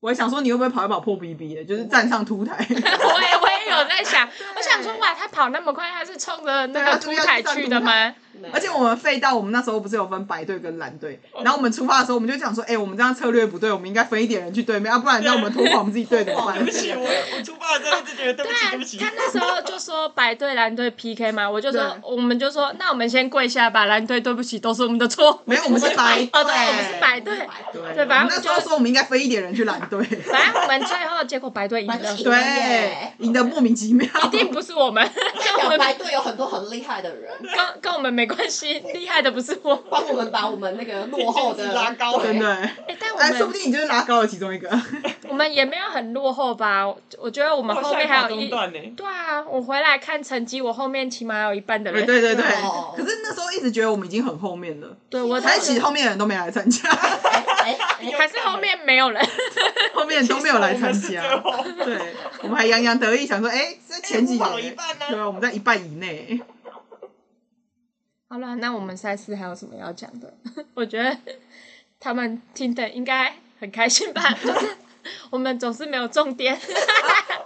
[SPEAKER 1] 我还想说你会不会跑一跑破 BB 的，就是站上凸台，
[SPEAKER 2] 我也我也有在想，我想说哇，他跑那么快，他是冲着那个
[SPEAKER 1] 啊
[SPEAKER 2] 凸台去的吗？
[SPEAKER 4] 没有
[SPEAKER 1] 而且我们废到我们那时候不是有分白队跟蓝队，然后我们出发的时候我们就讲说，哎、我们这样策略不对，我们应该分一点人去对面，啊要、不然让我们拖垮我们自己队怎么
[SPEAKER 3] 哇，
[SPEAKER 1] 办
[SPEAKER 3] <laughs> 对？不起，我我出发的时候就觉得对不起，对不起。
[SPEAKER 2] 他那时候就说白队蓝队 PK 嘛，我就说
[SPEAKER 1] 对
[SPEAKER 2] 我们就说那我们先跪下吧，蓝队对不起，都是我们的错。
[SPEAKER 1] <laughs> 没有，我们是白队，
[SPEAKER 2] 哦对我们 <laughs> 是白队
[SPEAKER 1] 对
[SPEAKER 2] 对反
[SPEAKER 1] 我
[SPEAKER 2] 正
[SPEAKER 1] 们那
[SPEAKER 2] 我
[SPEAKER 1] 时
[SPEAKER 2] 就
[SPEAKER 1] 候说我们应该分一点人去蓝
[SPEAKER 2] <laughs>
[SPEAKER 1] 队，
[SPEAKER 2] 反正我们最后结果白队赢
[SPEAKER 4] 白队
[SPEAKER 2] 了
[SPEAKER 4] 赢，
[SPEAKER 1] 对，赢得莫名其妙。
[SPEAKER 2] 一定不是我们，
[SPEAKER 4] 代表白队有很多很厉害的人，
[SPEAKER 2] 跟跟我们没关系，厉害的不是我。
[SPEAKER 4] 帮我们把我们
[SPEAKER 2] <laughs>
[SPEAKER 4] 那个落后的
[SPEAKER 3] 拉高
[SPEAKER 4] 对
[SPEAKER 1] 真的，
[SPEAKER 2] 哎，但我
[SPEAKER 1] 哎，说不
[SPEAKER 2] 们
[SPEAKER 1] 定你就是拉高了其中一个。
[SPEAKER 2] 我们也没有很落后吧？我我觉得我们
[SPEAKER 3] 我
[SPEAKER 2] 后
[SPEAKER 3] 下
[SPEAKER 2] 面
[SPEAKER 3] 一
[SPEAKER 2] 还
[SPEAKER 3] 跑
[SPEAKER 2] 有一
[SPEAKER 3] 中。断呢。
[SPEAKER 2] 对啊，我回来看成绩，我后面起码有一半的
[SPEAKER 3] 哎
[SPEAKER 1] 对对对
[SPEAKER 2] 人。
[SPEAKER 1] 对
[SPEAKER 4] 哦，
[SPEAKER 1] 可是那时候一直觉得我们已经很后面了，
[SPEAKER 2] 对我
[SPEAKER 1] 才起后面的人都没来参加，
[SPEAKER 4] 哎
[SPEAKER 2] <laughs>
[SPEAKER 4] 哎
[SPEAKER 2] 还是后面没有人。
[SPEAKER 1] 后面都没有来参
[SPEAKER 3] 其实
[SPEAKER 1] <laughs> 加。
[SPEAKER 3] 我们是最后
[SPEAKER 1] 对，我们还洋洋得意，想说，哎，这前几
[SPEAKER 3] 哎我跑一
[SPEAKER 1] 年，
[SPEAKER 3] 半呢
[SPEAKER 1] 对啊，我们在一半以内。
[SPEAKER 2] <laughs> 好了，那我们赛事还有什么要讲的？ <laughs> 我觉得他们听的应该很开心吧，就是 <laughs> 我们总是没有重点。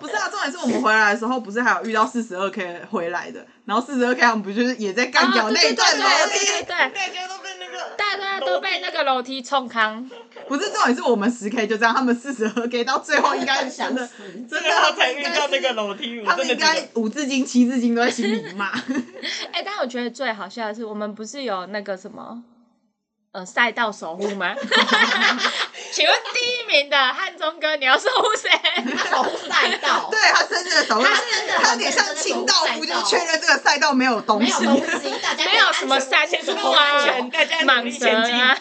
[SPEAKER 1] 不是啊，重点是我们回来的时候，不是还有遇到四十二 K 回来的，然后四十二 K 我们不就是也在干掉
[SPEAKER 2] 哦
[SPEAKER 1] 那一段楼
[SPEAKER 2] 对对对对
[SPEAKER 1] 梯？
[SPEAKER 2] 对，
[SPEAKER 3] 大家都被那个
[SPEAKER 2] <laughs> 大家都被那个楼梯冲康，
[SPEAKER 1] 不是重点是我们十 K 就这样，他们四十二 K 到最后应该
[SPEAKER 4] 很
[SPEAKER 1] 真
[SPEAKER 4] 想
[SPEAKER 1] 的
[SPEAKER 4] 死
[SPEAKER 1] 真的
[SPEAKER 3] 最后
[SPEAKER 1] 他
[SPEAKER 3] 才
[SPEAKER 1] 们应
[SPEAKER 3] 遇
[SPEAKER 1] 该
[SPEAKER 3] 到那个
[SPEAKER 1] 是
[SPEAKER 3] 楼梯，我
[SPEAKER 1] 他们
[SPEAKER 3] 真的
[SPEAKER 1] 应
[SPEAKER 3] 觉
[SPEAKER 1] 该
[SPEAKER 3] 得
[SPEAKER 1] 五字经七字经都在心里骂。
[SPEAKER 2] 哎、但我觉得最好笑的是，我们不是有那个什么，呃，赛道守护 <laughs> 吗？请问第一名的汉中哥，你要守护谁？
[SPEAKER 4] 从赛道
[SPEAKER 1] 对他真的少，
[SPEAKER 4] 他真的很
[SPEAKER 1] 他有点像清道夫，就是确认这个赛道没有东
[SPEAKER 4] 没
[SPEAKER 1] 西
[SPEAKER 4] 有。东西，大家
[SPEAKER 2] <laughs> 没有什么
[SPEAKER 4] 赛
[SPEAKER 2] 三 <laughs>
[SPEAKER 3] 先
[SPEAKER 2] 叔
[SPEAKER 3] 说
[SPEAKER 2] 啊
[SPEAKER 3] 安、全，大家努
[SPEAKER 2] 蟒
[SPEAKER 3] 力
[SPEAKER 2] 蛇
[SPEAKER 3] 前进。
[SPEAKER 2] 啊，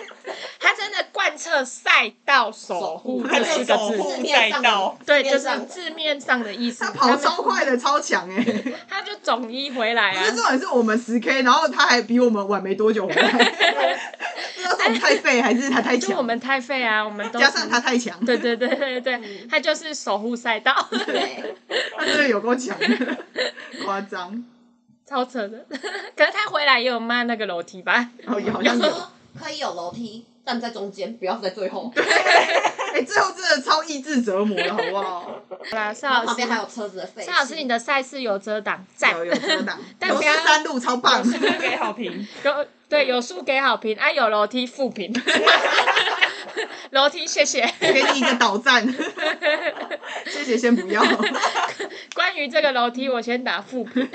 [SPEAKER 2] <laughs> 他真的贯彻赛道守
[SPEAKER 4] 守
[SPEAKER 2] 护
[SPEAKER 4] 护
[SPEAKER 2] 这
[SPEAKER 3] 他
[SPEAKER 2] 四
[SPEAKER 3] 就
[SPEAKER 2] 个
[SPEAKER 3] 守
[SPEAKER 2] 字
[SPEAKER 3] 护。
[SPEAKER 4] 字面上
[SPEAKER 3] 赛道
[SPEAKER 4] 的，
[SPEAKER 2] 对，就
[SPEAKER 4] 字面
[SPEAKER 2] 是
[SPEAKER 4] 上
[SPEAKER 2] 字面上的意思。
[SPEAKER 1] <laughs> 他跑
[SPEAKER 2] 们
[SPEAKER 1] 超快的，超强哎、欸！
[SPEAKER 2] 他就总一回来
[SPEAKER 1] 不
[SPEAKER 2] 啊
[SPEAKER 1] 是。重点是我们十 K，然后他还比我们晚没多久回来，不知道是我们太废还是他太
[SPEAKER 2] 就
[SPEAKER 1] 强，
[SPEAKER 2] 我们太废啊，我们都
[SPEAKER 1] 加
[SPEAKER 2] 是
[SPEAKER 1] 上他太强，
[SPEAKER 2] 对对对对对，他就是守护赛道，
[SPEAKER 4] 嗯
[SPEAKER 2] <laughs>
[SPEAKER 4] 对，
[SPEAKER 1] 他真的有够强的，夸张。
[SPEAKER 2] 超扯的。 <laughs> 可是他回来也有骂那个楼梯吧？
[SPEAKER 1] 哦，也好像
[SPEAKER 4] <laughs>
[SPEAKER 1] 有，
[SPEAKER 4] 说可以有楼梯，站在中间，不要在最后。
[SPEAKER 1] 哎、最后真的超意志折磨了，好不好？
[SPEAKER 2] 好啦，邵老
[SPEAKER 4] 旁
[SPEAKER 2] 师
[SPEAKER 4] 边，还有车子的废气。
[SPEAKER 2] 邵老师，你的赛事有遮挡，赞。
[SPEAKER 1] 有有遮挡，
[SPEAKER 2] 但
[SPEAKER 1] 有
[SPEAKER 2] 不要
[SPEAKER 1] 十三路超棒，
[SPEAKER 3] 是不是给好评？
[SPEAKER 2] <laughs> 有对有书给好评，啊有楼梯负
[SPEAKER 4] <laughs>
[SPEAKER 2] 评， <laughs> 楼梯谢谢。
[SPEAKER 1] 给你一个导赞，谢谢，先不要。
[SPEAKER 2] 关于这个楼梯，我先打负评。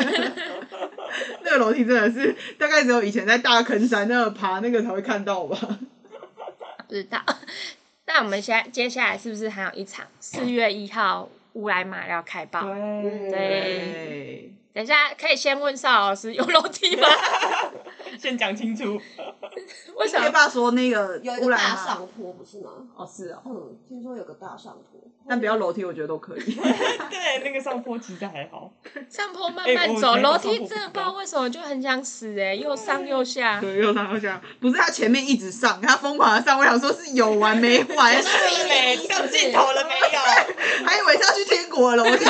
[SPEAKER 1] 那个楼梯真的是大概只有以前在大坑山那爬那个才会看到吧？
[SPEAKER 2] 不知道。 <laughs> 那我们现在接下来是不是还有一场四月一号乌来马要开爆？
[SPEAKER 3] 对，
[SPEAKER 2] 对，
[SPEAKER 1] 对，
[SPEAKER 2] 等一下可以先问邵老师有楼梯
[SPEAKER 3] <laughs>
[SPEAKER 2] 吗？
[SPEAKER 3] 先讲清楚。
[SPEAKER 2] 为什
[SPEAKER 1] 贴
[SPEAKER 2] 么？
[SPEAKER 1] 爸说那个
[SPEAKER 4] 有一
[SPEAKER 1] 乌
[SPEAKER 4] 个
[SPEAKER 1] 兰
[SPEAKER 4] 大
[SPEAKER 1] 吗？
[SPEAKER 4] 上坡不是吗？
[SPEAKER 1] 哦，是哦，
[SPEAKER 4] 嗯，听说有个大上坡，
[SPEAKER 2] 嗯
[SPEAKER 1] 但不要楼梯，我觉得都可
[SPEAKER 4] <laughs>
[SPEAKER 1] 以。
[SPEAKER 3] 对，那个上坡其实还好。
[SPEAKER 2] 上坡慢
[SPEAKER 3] 哎
[SPEAKER 2] 慢
[SPEAKER 3] 我
[SPEAKER 2] 走，
[SPEAKER 3] 没有
[SPEAKER 2] 楼
[SPEAKER 3] 上
[SPEAKER 2] 梯
[SPEAKER 3] 坡
[SPEAKER 2] 真的
[SPEAKER 3] 不
[SPEAKER 2] 不知道为什么就很想死哎、又上又下。
[SPEAKER 1] <laughs> 对，又上又下，不是他前面一直上，他疯狂的上，我想说是有完没完，
[SPEAKER 4] 对
[SPEAKER 3] 没到尽头了没有？
[SPEAKER 1] 还以为是要去天国的楼梯，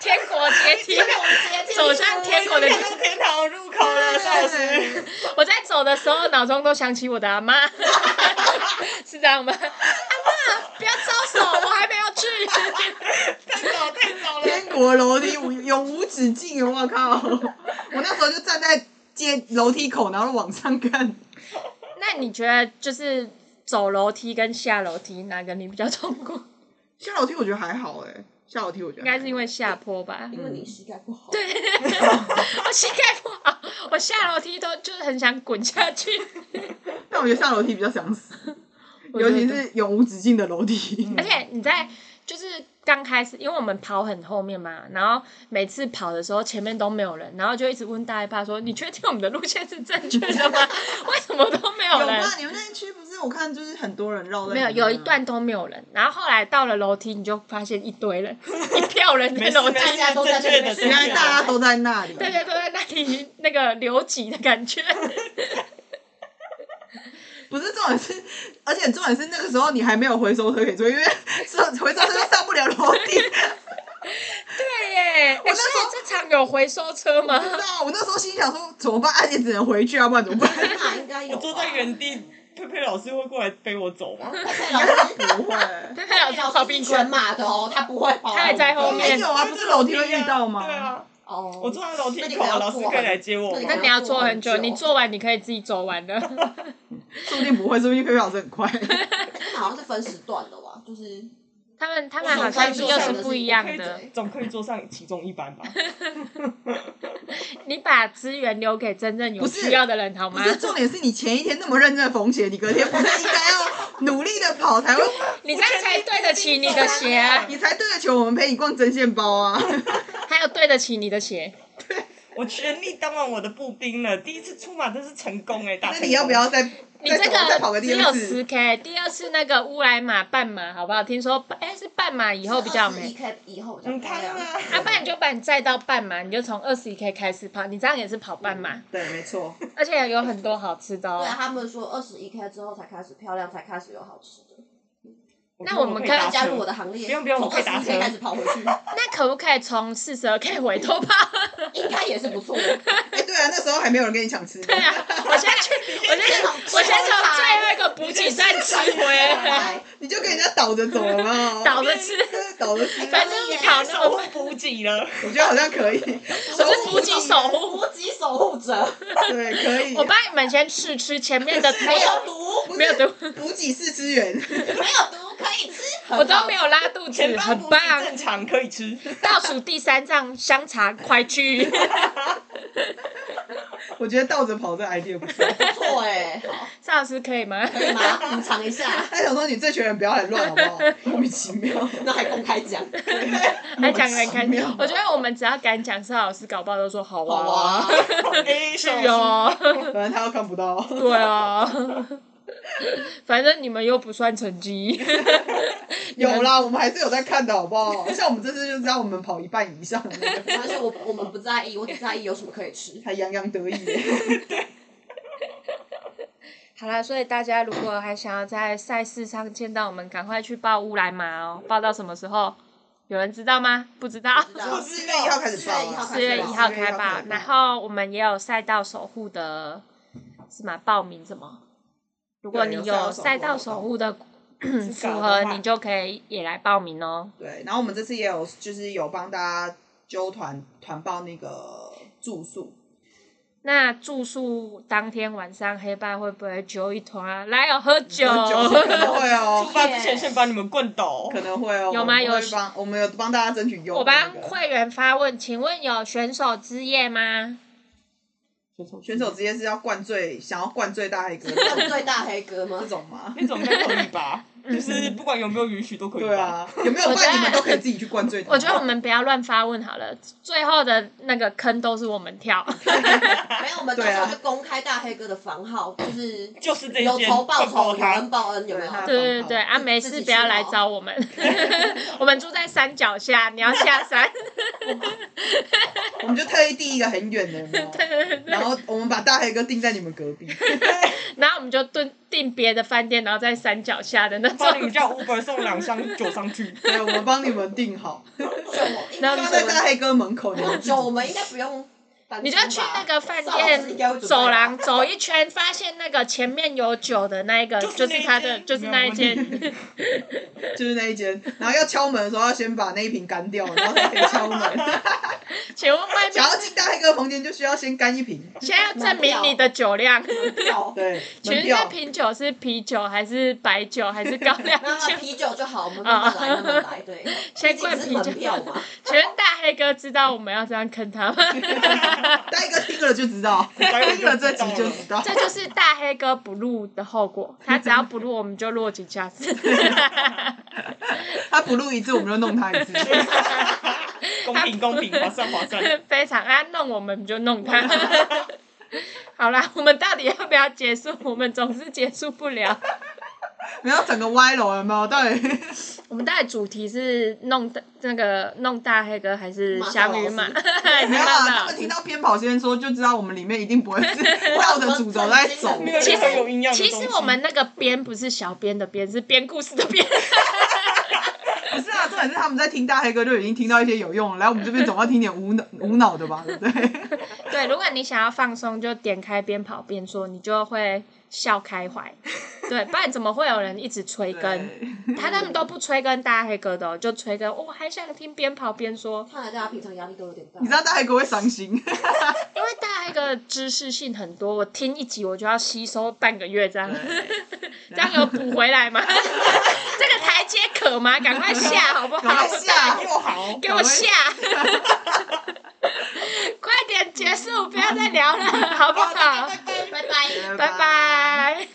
[SPEAKER 2] 天国阶梯，走向天国的阶
[SPEAKER 3] 变
[SPEAKER 2] 梯。
[SPEAKER 3] 成天堂入口了，邵
[SPEAKER 1] <laughs>
[SPEAKER 3] 老师。
[SPEAKER 2] 我在走的时候，脑中都想起我的阿
[SPEAKER 3] <laughs>
[SPEAKER 2] 妈，是这样吗？阿妈，不要招手，我还没有去。
[SPEAKER 3] 太早太早了。
[SPEAKER 1] 天国楼梯无永无止境，哦我靠！我那时候就站在街楼梯口，然后往上看，
[SPEAKER 2] 那你觉得就是走楼梯跟下楼梯哪个你比较痛苦？
[SPEAKER 1] 下楼梯我觉得还好哎、下楼梯我觉得
[SPEAKER 2] 应
[SPEAKER 1] 还好
[SPEAKER 2] 该是因为下坡吧。
[SPEAKER 4] 因为你膝盖不好。
[SPEAKER 2] 对， <laughs> 我膝盖不好，我下楼梯都就是很想滚下去。
[SPEAKER 1] <laughs> 但我觉得下楼梯比较想死，
[SPEAKER 2] <laughs> 我觉
[SPEAKER 1] 尤
[SPEAKER 2] 得嗯
[SPEAKER 1] 其是永无止境的楼梯。
[SPEAKER 2] 而且你在就是刚开始，因为我们跑很后面嘛，然后每次跑的时候前面都没有人，然后就一直问大一爸说：“你确定我们的路线是正确的吗？ <laughs> 为什么都没有
[SPEAKER 1] <laughs> 有
[SPEAKER 2] 人
[SPEAKER 1] 吧？你们那一区不是我看就是很多人绕？”在
[SPEAKER 2] 没有，
[SPEAKER 1] 里面啊
[SPEAKER 2] 有一段都没有人。然后后来到了楼梯，你就发现一堆人， <laughs> 一票人在
[SPEAKER 3] 没事
[SPEAKER 2] 楼
[SPEAKER 3] 没
[SPEAKER 2] 梯。
[SPEAKER 3] 事，正确的，
[SPEAKER 1] 原
[SPEAKER 3] 正
[SPEAKER 1] 来
[SPEAKER 3] 确
[SPEAKER 1] 大家
[SPEAKER 3] 的。
[SPEAKER 1] 都在那里。
[SPEAKER 2] 大家都在那里那个留级的感觉。
[SPEAKER 1] 不是重点是，而且重点是那个时候你还没有回收车可以坐，因为上回收车上不了楼梯。
[SPEAKER 2] <laughs> 对耶，哎、
[SPEAKER 1] 那
[SPEAKER 2] 所
[SPEAKER 1] 时候
[SPEAKER 2] 以这场有回收车吗？
[SPEAKER 1] 不知道，我那时候心想说怎么办？安也只能回去啊，不然怎么办？
[SPEAKER 4] 天哪，应该有
[SPEAKER 3] 我
[SPEAKER 4] 吧。
[SPEAKER 3] 坐在原地，佩佩老师会过来背我走吗？
[SPEAKER 4] 佩佩老师，
[SPEAKER 1] 不会。
[SPEAKER 2] 佩佩老
[SPEAKER 4] 佩
[SPEAKER 2] 师
[SPEAKER 4] 佩老
[SPEAKER 2] 靠
[SPEAKER 4] 师
[SPEAKER 2] 冰
[SPEAKER 4] 是
[SPEAKER 2] 棍
[SPEAKER 4] 全，马的哦，他不会跑。
[SPEAKER 2] 他还在后面
[SPEAKER 1] <laughs> 没有啊，不是楼梯会遇到吗？
[SPEAKER 3] 对啊，
[SPEAKER 4] 哦，
[SPEAKER 3] 我坐在楼梯
[SPEAKER 4] 那你
[SPEAKER 3] 口，
[SPEAKER 4] 可能要
[SPEAKER 3] 老师
[SPEAKER 4] 坐
[SPEAKER 3] 可以
[SPEAKER 4] 很
[SPEAKER 3] 来接我
[SPEAKER 4] 对
[SPEAKER 3] 吗
[SPEAKER 2] 那你要坐很
[SPEAKER 4] 要
[SPEAKER 2] 久，
[SPEAKER 4] 坐很久
[SPEAKER 2] 你坐完你可以自己走完的。
[SPEAKER 1] 说不定不会，说不定佩佩老师很快。
[SPEAKER 2] 啊
[SPEAKER 4] 他们好像是分时段的吧，就是
[SPEAKER 2] 他们他们好像是又是不一样的。
[SPEAKER 3] 总可以坐上其中一 <laughs> 班吧？
[SPEAKER 2] 你把资源留给真正有
[SPEAKER 1] 不是
[SPEAKER 2] 需要的人好
[SPEAKER 1] 不
[SPEAKER 2] 吗？
[SPEAKER 1] 是，重点是你前一天那么认真的缝鞋，你隔天不是应该要努力的跑才会，
[SPEAKER 2] 你这样才对得起你的鞋啊，
[SPEAKER 1] <laughs> 你才对得起我们陪你逛针线包
[SPEAKER 2] <laughs>
[SPEAKER 1] 啊！
[SPEAKER 2] 还有对得起你的鞋。
[SPEAKER 3] 我全力当完我的步兵了，第一次出马真是成功哎、打
[SPEAKER 1] 那你要不要再
[SPEAKER 2] 你
[SPEAKER 1] 再
[SPEAKER 2] 这
[SPEAKER 1] 跑再跑
[SPEAKER 2] 个
[SPEAKER 1] 个
[SPEAKER 2] 只
[SPEAKER 1] 第
[SPEAKER 2] 有
[SPEAKER 1] 二
[SPEAKER 2] 十
[SPEAKER 1] 次？
[SPEAKER 2] K，第二次那个乌来马半马好不好？听说哎、是半马以后比较
[SPEAKER 4] 一
[SPEAKER 2] 美。
[SPEAKER 4] K 以后比较
[SPEAKER 3] 很
[SPEAKER 4] 漂
[SPEAKER 3] 烫
[SPEAKER 4] 亮。
[SPEAKER 3] 啊！
[SPEAKER 2] 啊，不然你就把你载到半马，你就从二十一 K 开始跑，你这样也是跑半马，
[SPEAKER 1] 对，没错。
[SPEAKER 2] 而且有很多好吃的哦
[SPEAKER 4] 对。啊，他们说二十一 K 之后才开始漂亮，才开始有好吃的。
[SPEAKER 2] 那我们
[SPEAKER 3] 可以
[SPEAKER 2] 可以
[SPEAKER 3] 打
[SPEAKER 4] 加入
[SPEAKER 3] 车
[SPEAKER 4] 我的行列，
[SPEAKER 3] 不用不用我
[SPEAKER 4] 从
[SPEAKER 3] 可
[SPEAKER 4] 二
[SPEAKER 3] 以
[SPEAKER 4] 十
[SPEAKER 3] 打车
[SPEAKER 4] 一 K 开始跑回去，
[SPEAKER 2] 那可不可以从四十二 K 回头 <laughs> 跑？
[SPEAKER 4] 应该也是不错的。
[SPEAKER 2] <laughs>
[SPEAKER 1] 哎，对啊，那时候还没有人跟你抢吃的。
[SPEAKER 2] 对啊，我现在我先从我先从最后一个补给站吃回来，
[SPEAKER 1] 你就跟人家倒着走了吗？
[SPEAKER 2] 倒着吃。
[SPEAKER 1] 对倒着吃，
[SPEAKER 2] 反正你跑那
[SPEAKER 3] 守
[SPEAKER 2] 么
[SPEAKER 3] 护
[SPEAKER 2] 慢，
[SPEAKER 3] 补给了，
[SPEAKER 1] 我觉得好像可以。
[SPEAKER 2] 我是补给守护。
[SPEAKER 4] 无极守护者，
[SPEAKER 1] 对，可以。
[SPEAKER 2] 我帮你们先试吃前面的没
[SPEAKER 4] 没有毒，
[SPEAKER 1] 不是
[SPEAKER 2] 没有的，
[SPEAKER 1] 补给四支援，
[SPEAKER 4] 没有毒可以吃。
[SPEAKER 2] 我都没有拉肚子
[SPEAKER 3] 前，方
[SPEAKER 2] 很
[SPEAKER 3] 补给
[SPEAKER 2] 棒。
[SPEAKER 3] 正常可以吃。
[SPEAKER 2] 倒数第三站香肠快去， <laughs>
[SPEAKER 1] 我觉得倒着跑这 idea 不错。
[SPEAKER 4] 不错哎，好，
[SPEAKER 2] 邵老师可以吗？
[SPEAKER 4] 可以吗？品尝一下，
[SPEAKER 1] 他想说你这群人不要很乱好不好？莫名其妙。
[SPEAKER 4] 那还公开讲，
[SPEAKER 2] 还讲得很开
[SPEAKER 1] 莫名其
[SPEAKER 2] 心
[SPEAKER 1] 妙。
[SPEAKER 2] 我觉得我们只要敢讲，邵老师搞不好都说好
[SPEAKER 4] 好
[SPEAKER 2] 啊
[SPEAKER 4] 啊，，
[SPEAKER 3] A
[SPEAKER 2] 是
[SPEAKER 3] 手
[SPEAKER 2] 哦，
[SPEAKER 1] 反正他又看不到。
[SPEAKER 2] 对啊，反正你们又不算成绩，
[SPEAKER 1] 有啦，我们还是有在看的好不好？像我们这次就知道我们跑一半以
[SPEAKER 2] <laughs>
[SPEAKER 1] 上的那个，
[SPEAKER 4] 而且我我们不在意，我只在意有什么可以吃。
[SPEAKER 1] 还洋洋得意耶。
[SPEAKER 2] 好啦，所以大家如果还想要在赛事上见到我们，赶快去报乌来马哦！报到什么时候？有人知道吗？不知道。
[SPEAKER 4] 知道
[SPEAKER 1] 四月一号开始报啊
[SPEAKER 2] 四月一号开
[SPEAKER 1] 4月1
[SPEAKER 2] 吧
[SPEAKER 1] 号开，
[SPEAKER 2] 然后我们也有赛道守护的，是吗？报名什么？如果你
[SPEAKER 1] 对有
[SPEAKER 2] 赛
[SPEAKER 1] 赛
[SPEAKER 2] 道
[SPEAKER 1] 道
[SPEAKER 2] 守
[SPEAKER 1] 守
[SPEAKER 2] 护
[SPEAKER 1] 护
[SPEAKER 2] 的符
[SPEAKER 3] 搞
[SPEAKER 2] 合
[SPEAKER 3] 的，话
[SPEAKER 2] 你就可以也来报名哦。
[SPEAKER 1] 对，然后我们这次也有就是有帮大家揪团团报那个住宿，
[SPEAKER 2] 那住宿当天晚上黑爸会不会揪一团啊？来哦，喝酒，
[SPEAKER 1] 喝酒可能会哦
[SPEAKER 2] <laughs>
[SPEAKER 3] 出，发之前先把你们棍倒
[SPEAKER 1] 可。能会哦，
[SPEAKER 2] 有吗
[SPEAKER 1] 我们会
[SPEAKER 2] 有
[SPEAKER 1] 帮我们有帮大家争取优、
[SPEAKER 2] 我
[SPEAKER 1] 那
[SPEAKER 2] 帮
[SPEAKER 1] 个。
[SPEAKER 2] 会员发问，请问有选手之夜吗？
[SPEAKER 1] 选手直接是要灌醉，想要灌醉大黑哥
[SPEAKER 4] 是最大黑哥吗
[SPEAKER 2] <laughs>
[SPEAKER 1] 这？种吗？ <laughs>
[SPEAKER 3] 那种应该可以吧？就是不管有没有允许都可以吧。
[SPEAKER 1] 对啊，有没有
[SPEAKER 2] 我觉得
[SPEAKER 1] 办你们都可以自己去灌醉他。
[SPEAKER 2] 我觉得我们不要乱发问好了，最后的那个坑都是我们跳。
[SPEAKER 4] 没有，我们到
[SPEAKER 1] 对啊
[SPEAKER 4] 时候就公开大黑哥的房号，就是
[SPEAKER 2] <laughs>
[SPEAKER 3] 就是这一
[SPEAKER 4] 有
[SPEAKER 3] 件
[SPEAKER 4] 仇
[SPEAKER 3] 报
[SPEAKER 4] 报仇，有
[SPEAKER 3] 他
[SPEAKER 4] 恩报恩，有没有？
[SPEAKER 1] 对
[SPEAKER 2] 对对对啊，
[SPEAKER 4] 自
[SPEAKER 2] 没
[SPEAKER 4] 自
[SPEAKER 2] 事，
[SPEAKER 4] 己
[SPEAKER 2] 不要
[SPEAKER 4] 去
[SPEAKER 2] 来
[SPEAKER 4] 哦
[SPEAKER 2] 找我们。 <laughs> 我们住在山脚下，你要下山。
[SPEAKER 1] 我们就特意定一个很远的有没
[SPEAKER 2] <laughs>
[SPEAKER 1] 有，然后我们把大黑哥定在你们隔壁，
[SPEAKER 2] 然后我们就订订别的饭店，然后在山脚下的那
[SPEAKER 3] 帮你们
[SPEAKER 2] 种。
[SPEAKER 3] 哦
[SPEAKER 2] <laughs>
[SPEAKER 3] 叫 Uber 送两箱酒上去。
[SPEAKER 1] 对，我们帮你们定
[SPEAKER 2] <laughs>
[SPEAKER 1] 好，
[SPEAKER 2] 然后
[SPEAKER 1] 放
[SPEAKER 2] 你
[SPEAKER 1] 在大黑哥门口，你们自
[SPEAKER 4] 酒
[SPEAKER 1] 己
[SPEAKER 4] 我们应该不用担
[SPEAKER 2] 你
[SPEAKER 4] 心
[SPEAKER 2] 就
[SPEAKER 4] 吧。
[SPEAKER 2] 去那个饭
[SPEAKER 4] 邵老师应该
[SPEAKER 2] 店
[SPEAKER 4] 会准备
[SPEAKER 2] 走
[SPEAKER 4] 吧
[SPEAKER 2] 廊走一圈，发现那个前面有酒的那一个，
[SPEAKER 3] 就是
[SPEAKER 2] 就
[SPEAKER 3] 那
[SPEAKER 2] 是
[SPEAKER 3] 一
[SPEAKER 2] 他的，
[SPEAKER 3] 间
[SPEAKER 2] 就是那一
[SPEAKER 3] 没有
[SPEAKER 2] 间
[SPEAKER 3] 问。题
[SPEAKER 1] 就是那一间，然后要敲门的时候要先把那一瓶干掉，然后才可以敲门。 <laughs>
[SPEAKER 2] 请问外面
[SPEAKER 1] 想要进大黑哥房间，就需要先干一瓶，
[SPEAKER 2] 现在要证明你的酒量？ <laughs>
[SPEAKER 4] 酒，
[SPEAKER 1] 对，
[SPEAKER 2] 请
[SPEAKER 1] 门
[SPEAKER 2] 问这
[SPEAKER 1] 票。
[SPEAKER 2] 瓶酒是啤酒还是白酒还是高粱
[SPEAKER 4] 那
[SPEAKER 2] 酒？ <laughs>
[SPEAKER 4] 啤酒就好，我们慢慢来，慢慢来，对。
[SPEAKER 2] 哦先
[SPEAKER 4] 毕
[SPEAKER 2] 灌
[SPEAKER 4] 竟是
[SPEAKER 2] 啤酒
[SPEAKER 4] 门票嘛，
[SPEAKER 2] 请问大黑哥知道我们要这样坑他吗？
[SPEAKER 1] 大黑哥听了就知道，
[SPEAKER 3] 待会
[SPEAKER 1] 听了这集
[SPEAKER 3] 就
[SPEAKER 1] 就知道。
[SPEAKER 2] <laughs> 这就是大黑哥不录的后果，他只要不录，我们就落井下石。 <laughs>
[SPEAKER 1] 他不录一次，我们就弄他一次。
[SPEAKER 3] 公平公平，划算划
[SPEAKER 2] <laughs>
[SPEAKER 3] 算。
[SPEAKER 2] 非常啊，弄我们就弄他。 <laughs> 好啦，我们到底要不要结束？我们总是结束不了。
[SPEAKER 1] <laughs> 然后整个歪楼了，有没有？到底
[SPEAKER 2] 我们大概主题是弄大那个弄大黑哥还是
[SPEAKER 4] 骂
[SPEAKER 2] 虾
[SPEAKER 4] 到
[SPEAKER 2] 米
[SPEAKER 4] 老
[SPEAKER 2] 嘛？
[SPEAKER 4] 师
[SPEAKER 1] 没
[SPEAKER 2] <laughs> 没
[SPEAKER 1] 有
[SPEAKER 2] 办
[SPEAKER 1] 啊，他
[SPEAKER 2] 法
[SPEAKER 1] 们，听到偏跑先说就知道我们里面一定不会 <laughs> 是绕着主轴在走
[SPEAKER 3] 没。有任何有营养的
[SPEAKER 2] 其
[SPEAKER 3] 东
[SPEAKER 2] 实
[SPEAKER 3] 西
[SPEAKER 2] 我们那个编不是小编的编，是编故事的 <laughs> 编。
[SPEAKER 1] 不是啊，重点是他们在听大黑哥就已经听到一些有用了，来我们这边总要听点无脑无脑的吧，对不对？
[SPEAKER 2] 对，如果你想要放松，就点开边跑边说，你就会笑开怀。对，不然怎么会有人一直催更？
[SPEAKER 1] 对
[SPEAKER 2] 他他们都不催更大黑哥的哦、就催更。我、还想听边跑边说，
[SPEAKER 4] 看来大家平常压力都有点大
[SPEAKER 1] 你。知道大黑哥会伤心，
[SPEAKER 2] 因为大黑哥的知识性很多，我听一集我就要吸收半个月这样，这样有补回来吗？这个台阶可吗？赶快下好不
[SPEAKER 1] 赶
[SPEAKER 2] 好
[SPEAKER 1] 快？下，
[SPEAKER 3] 又好，
[SPEAKER 2] 给我下！ <laughs> 快
[SPEAKER 4] 哦
[SPEAKER 2] 点结束，不要再聊了，好不好？
[SPEAKER 4] 拜拜。
[SPEAKER 2] 拜拜。